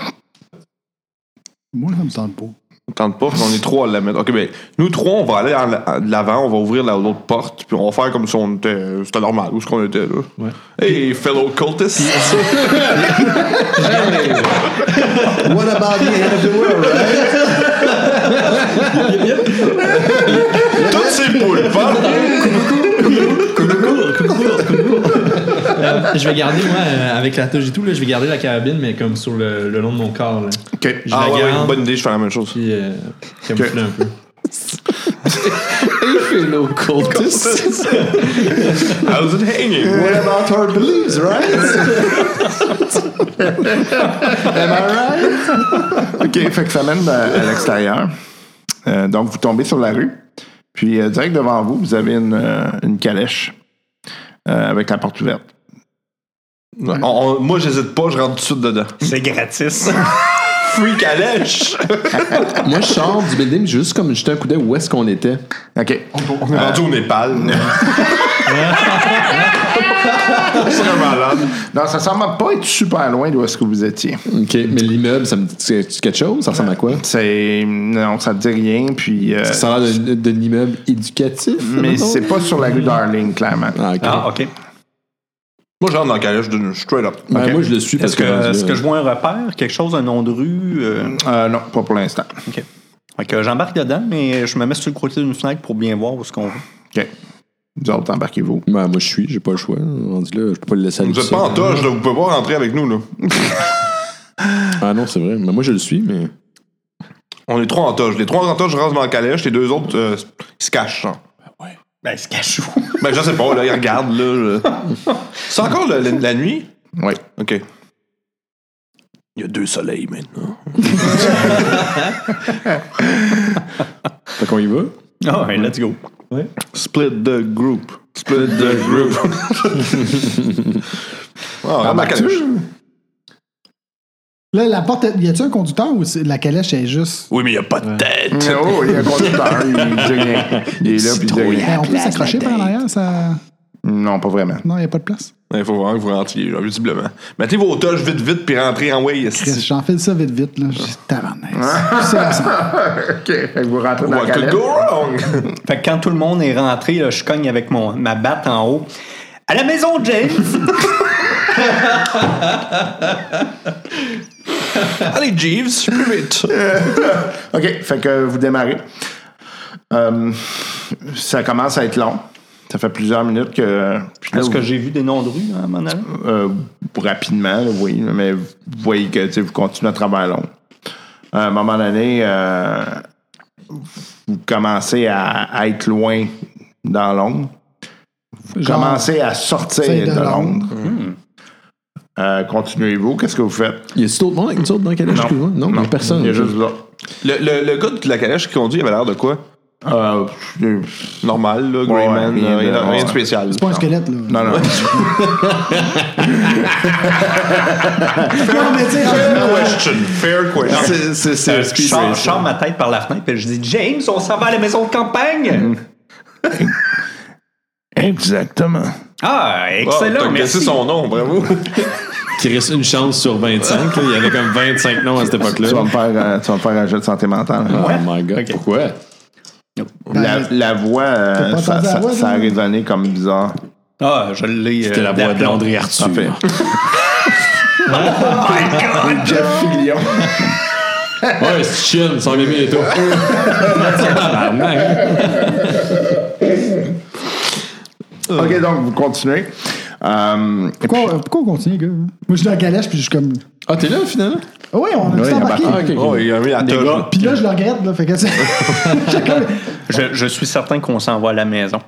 S3: Moi, ça me tente pas.
S4: On tente pas, on est trois à la mettre. Ok, ben, nous trois, on va aller en la- de l'avant, on va ouvrir la- l'autre porte, puis on va faire comme si on était. C'était normal, où est-ce qu'on était, là?
S8: Ouais. euh,
S4: Hey, fellow cultists!
S1: What about the end of the world, right?
S4: Toutes ces poules, pas?
S8: Euh, je vais garder, moi, euh, avec la touche et tout, là, je vais garder la carabine, mais comme sur le, le long de mon corps. Là.
S2: OK.
S8: Je
S4: Ah
S8: la
S4: ouais, ouais,
S8: garde,
S4: bonne idée, je fais la même chose.
S8: puis euh, camoufler un peu.
S5: Hello, cultist.
S8: euh,
S4: How's it hanging?
S1: What about our beliefs, right?
S2: OK, fait que ça mène à, à l'extérieur. Euh, donc, vous tombez sur la rue. Puis, euh, direct devant vous, vous avez une, euh, une calèche euh, avec la porte ouverte.
S4: On- on- moi, j'hésite pas, je rentre tout de suite dedans.
S12: C'est gratis.
S4: Free calèche!
S5: Moi, je sors du building juste comme jeter un coup d'œil où est-ce qu'on était.
S2: OK.
S4: On est Euh, rendu au Népal. C'est un malade.
S2: Non, ça semble pas être super loin d'où est-ce que vous étiez.
S5: OK, mais l'immeuble, ça me dit c'est- c'est quelque chose? Ça ressemble à quoi?
S2: C'est... Non, ça te dit rien, puis... euh,
S5: Ça a l'air d'un- d'un immeuble éducatif.
S2: mais
S5: mettons?
S2: c'est pas sur la rue Darling, clairement.
S5: Ah, ok.
S6: Ah, OK.
S4: Moi, je rentre dans la calèche d'une straight up.
S5: Ben, Moi, je le suis parce
S6: Est-ce
S5: que.
S6: que,
S5: rendu
S6: est-ce
S5: là-
S6: que je vois un repère, quelque chose, un nom de rue? euh,
S2: Euh, non, pas pour l'instant.
S6: Fait que j'embarque dedans, mais je me mets sur le côté d'une fenêtre pour bien voir où ce qu'on va.
S2: OK. Vous autres, embarquez-vous.
S1: Bah,
S5: Ben, moi, je suis, j'ai pas le choix. Rendu là, je peux pas le laisser aller
S4: Vous
S5: tout
S4: êtes pas en
S5: seul.
S4: toge, là, vous pouvez pas rentrer avec nous. là.
S5: Ah non, c'est vrai. Mais moi, je le suis, mais.
S4: On est trois en toge. Les trois en toge rentrent dans la calèche, les deux autres euh, ils se cachent. genre.
S12: Ben, c'est cachou.
S4: Ben, je sais pas, là, ils regardent. là. je- C'est encore le- la, la nuit?
S2: Oui.
S4: OK. Il y a deux soleils maintenant.
S5: Fait qu'on y va.
S6: Ah, ouais, let's go.
S4: Split the group. Split the group. Ah, on rentre dans la calèche.
S3: Là, la porte, y a-tu un conducteur ou c'est- la calèche est juste.
S4: Oui, mais il n'y a pas de tête.
S2: Oh, il y a un conducteur, il dit rien. Il est là, puis il dit rien.
S3: Ben, on peut s'accrocher par l'arrière, ça.
S2: Non, pas vraiment.
S3: Non, il n'y a pas de place.
S4: Il faut vraiment que vous rentriez, genre, visiblement. Mettez vos toches vite, vite, puis rentrez en way.
S3: Chris,
S4: esti.
S3: J'enfile ça vite, vite, là. J'ai tabarnak. C'est ça, ça.
S2: OK. Fait que vous rentrez dans la
S4: What could
S2: galette.
S4: go wrong?
S6: Fait que quand tout le monde est rentré, là, je cogne avec mon, ma batte en haut. À la maison, James!
S4: Allez, Jeeves, plus vite.
S2: OK, fait que vous démarrez. Euh, ça commence à être long. Ça fait plusieurs minutes que. puis là,
S6: Est-ce
S2: vous-
S6: que j'ai vu des noms de rue hein, à mon allant?
S2: euh, rapidement, là, oui, mais vous voyez que tu sais, vous continuez à travailler long. À un moment donné, euh, vous commencez à, à être loin dans Londres. Vous
S3: Genre,
S2: commencez à sortir
S3: c'est
S2: de,
S3: de
S2: Londres. Euh, Continuez-vous, qu'est-ce que vous faites?
S1: Y a-tu d'autres monde avec nous autres dans quel âge que vous? Non, non, personne.
S2: Il y a juste là.
S4: Le, le, le gars de la calèche qui conduit, il avait l'air de quoi?
S2: Euh, je-
S4: Normal, là, Greyman,
S2: rien
S4: euh,
S2: de-
S4: rien,
S2: ouais.
S4: de spécial.
S3: C'est pas un squelette, là.
S2: non, non.
S3: Non, mais tu sais, rendu-
S4: question, fair question. Ah,
S1: C'est- C'est c'est un
S6: Euh, Ah, Je
S1: speed
S6: sors- je
S1: racer.
S6: sors ma tête par la fenêtre et je dis James, on s'en va à la maison de campagne!
S2: Exactement.
S6: Ah, excellent, merci.
S4: C'est son nom, bravo.
S1: Qui reste une chance sur 25. là. Il y avait comme 25 noms à cette époque-là.
S2: Tu vas me faire, euh, tu vas me faire un jeu de santé mentale.
S3: Ah,
S1: Oh my god. Pourquoi?
S2: La, la voix, euh,
S3: ben, T'as pas entendu
S2: ça,
S3: la
S2: ça-
S3: voix,
S2: ça a
S3: là?
S2: résonné comme bizarre.
S6: Ah, je l'ai.
S1: C'était la voix d'André Arthur.
S2: Parfait. Jeff Fillion.
S1: Ouais, c'est chill, sans bébé et tout. Tabarnak.
S2: OK, donc vous continuez. Euh, et puis-
S3: Pourquoi, pourquoi on continue, gars? Moi, je suis dans la galèche, puis je suis comme.
S1: Ah, t'es là finalement?
S3: Ah ouais, on a tout embarqué.
S1: Ah, ok, ok.
S4: Oh, il a mis la
S6: Les
S4: toge.
S6: gars,
S3: Puis là, je le regrette, là. Fait que c'est- J'ai comme-
S6: je, je suis certain qu'on s'en va à la maison.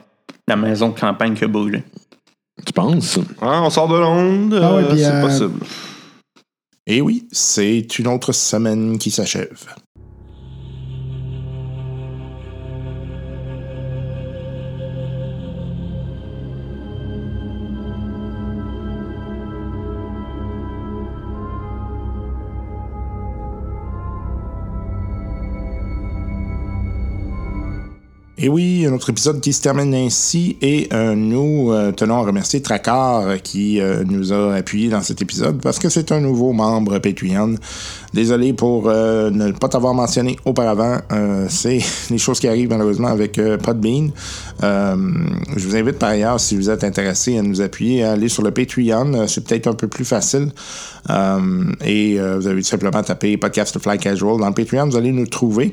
S6: La maison de campagne qui a brûlé.
S1: Tu penses?
S4: Hein, on sort de Londres,
S3: Ah ouais,
S4: euh,
S3: puis,
S4: c'est
S3: euh,
S4: possible.
S2: Et eh oui, c'est une autre semaine qui s'achève. Et oui, notre épisode qui se termine ainsi et euh, nous euh, tenons à remercier Tracard euh, qui euh, nous a appuyés dans cet épisode parce que c'est un nouveau membre Patreon. Désolé pour euh, ne pas t'avoir mentionné auparavant, euh, c'est les choses qui arrivent malheureusement avec euh, Podbean. Euh, je vous invite par ailleurs, si vous êtes intéressé à nous appuyer, à aller sur le Patreon, Euh, c'est peut-être un peu plus facile. Euh, et euh, vous avez tout simplement tapé Podcast Fly Casual dans le Patreon, vous allez nous trouver.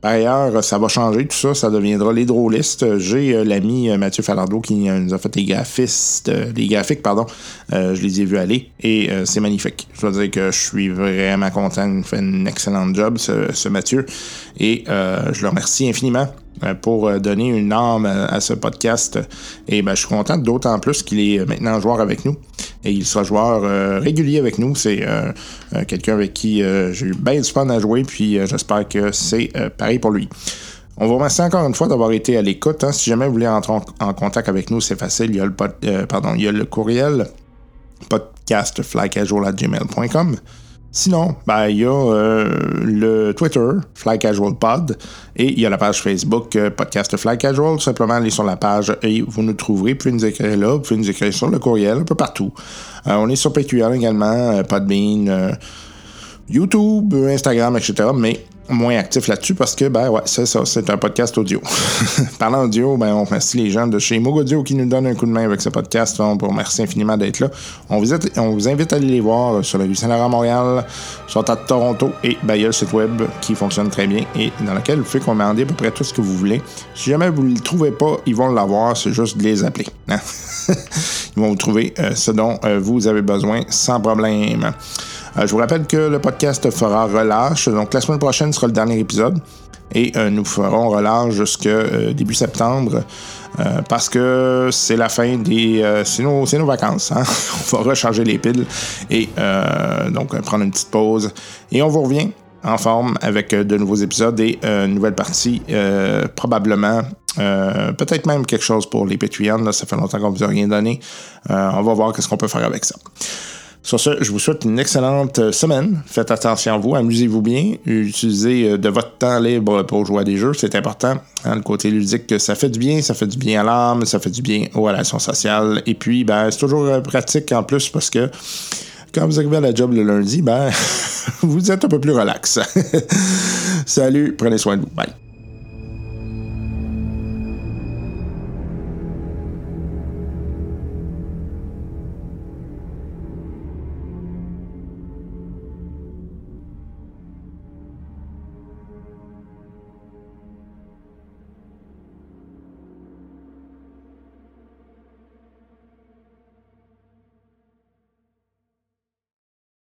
S2: Par ailleurs, euh, ça va changer tout ça, ça deviendra les drôlistes. Euh, J'ai euh, l'ami euh, Mathieu Falardeau qui euh, nous a fait les graphistes, euh, les graphiques, pardon. Euh, je les ai vus aller et euh, c'est magnifique. Je dois dire que je suis vraiment content, il fait un excellent job ce, ce Mathieu et euh, je le remercie infiniment euh, pour euh, donner une arme euh, à ce podcast. Et ben, je suis content, d'autant plus qu'il est euh, maintenant joueur avec nous. Et il sera joueur euh, régulier avec nous. C'est euh, euh, quelqu'un avec qui euh, j'ai eu bien du fun à jouer, puis euh, j'espère que c'est euh, pareil pour lui. On vous remercie encore une fois d'avoir été à l'écoute. hein. Si jamais vous voulez entrer en, en contact avec nous, c'est facile. Il y a le, pod- euh, pardon, il y a le courriel podcastflycasual.gmail.com. Sinon, ben, il y a euh, le Twitter, Fly Casual Pod, et il y a la page Facebook euh, Podcast Fly Casual. Tout simplement, allez sur la page et vous nous trouverez. Vous pouvez nous écrire là, vous pouvez nous écrire sur le courriel, un peu partout. Euh, on est sur Patreon également, euh, Podbean, euh, YouTube, euh, Instagram, etc. Mais moins actif là-dessus parce que, ben ouais, c'est ça, c'est un podcast audio. Parlant audio, ben on remercie les gens de chez Moog Audio qui nous donnent un coup de main avec ce podcast. On vous remercie infiniment d'être là. On vous, êtes- on vous invite à aller les voir sur la rue Saint-Laurent à Montréal, sur à Toronto et ben, il y a le site web qui fonctionne très bien et dans lequel vous pouvez commander à peu près tout ce que vous voulez. Si jamais vous ne le trouvez pas, ils vont l'avoir, c'est juste de les appeler. hein. ils vont vous trouver euh, ce dont euh, vous avez besoin sans problème. Euh, je vous rappelle que le podcast fera relâche. Donc, la semaine prochaine sera le dernier épisode. Et euh, nous ferons relâche jusqu'à euh, début septembre. euh, parce que c'est la fin des. euh, c'est nos, c'est nos vacances. hein. on va recharger les piles. Et euh, donc, euh, prendre une petite pause. Et on vous revient en forme avec euh, de nouveaux épisodes et euh, une nouvelle partie. euh, probablement. euh, Peut-être même quelque chose pour les Patreon. là, ça fait longtemps qu'on vous a rien donné. Euh, on va voir qu'est-ce qu'on peut faire avec ça.
S4: Sur ce, je vous souhaite une excellente euh, semaine. Faites attention à vous, amusez-vous bien, utilisez euh, de votre temps libre pour jouer à des jeux, c'est important. hein, le côté ludique, que ça fait du bien, ça fait du bien à l'âme, ça fait du bien aux relations sociales. Et puis, ben, c'est toujours euh, pratique en plus parce que quand vous arrivez à la job le lundi, ben, vous êtes un peu plus relax. Salut, prenez soin de vous. Bye.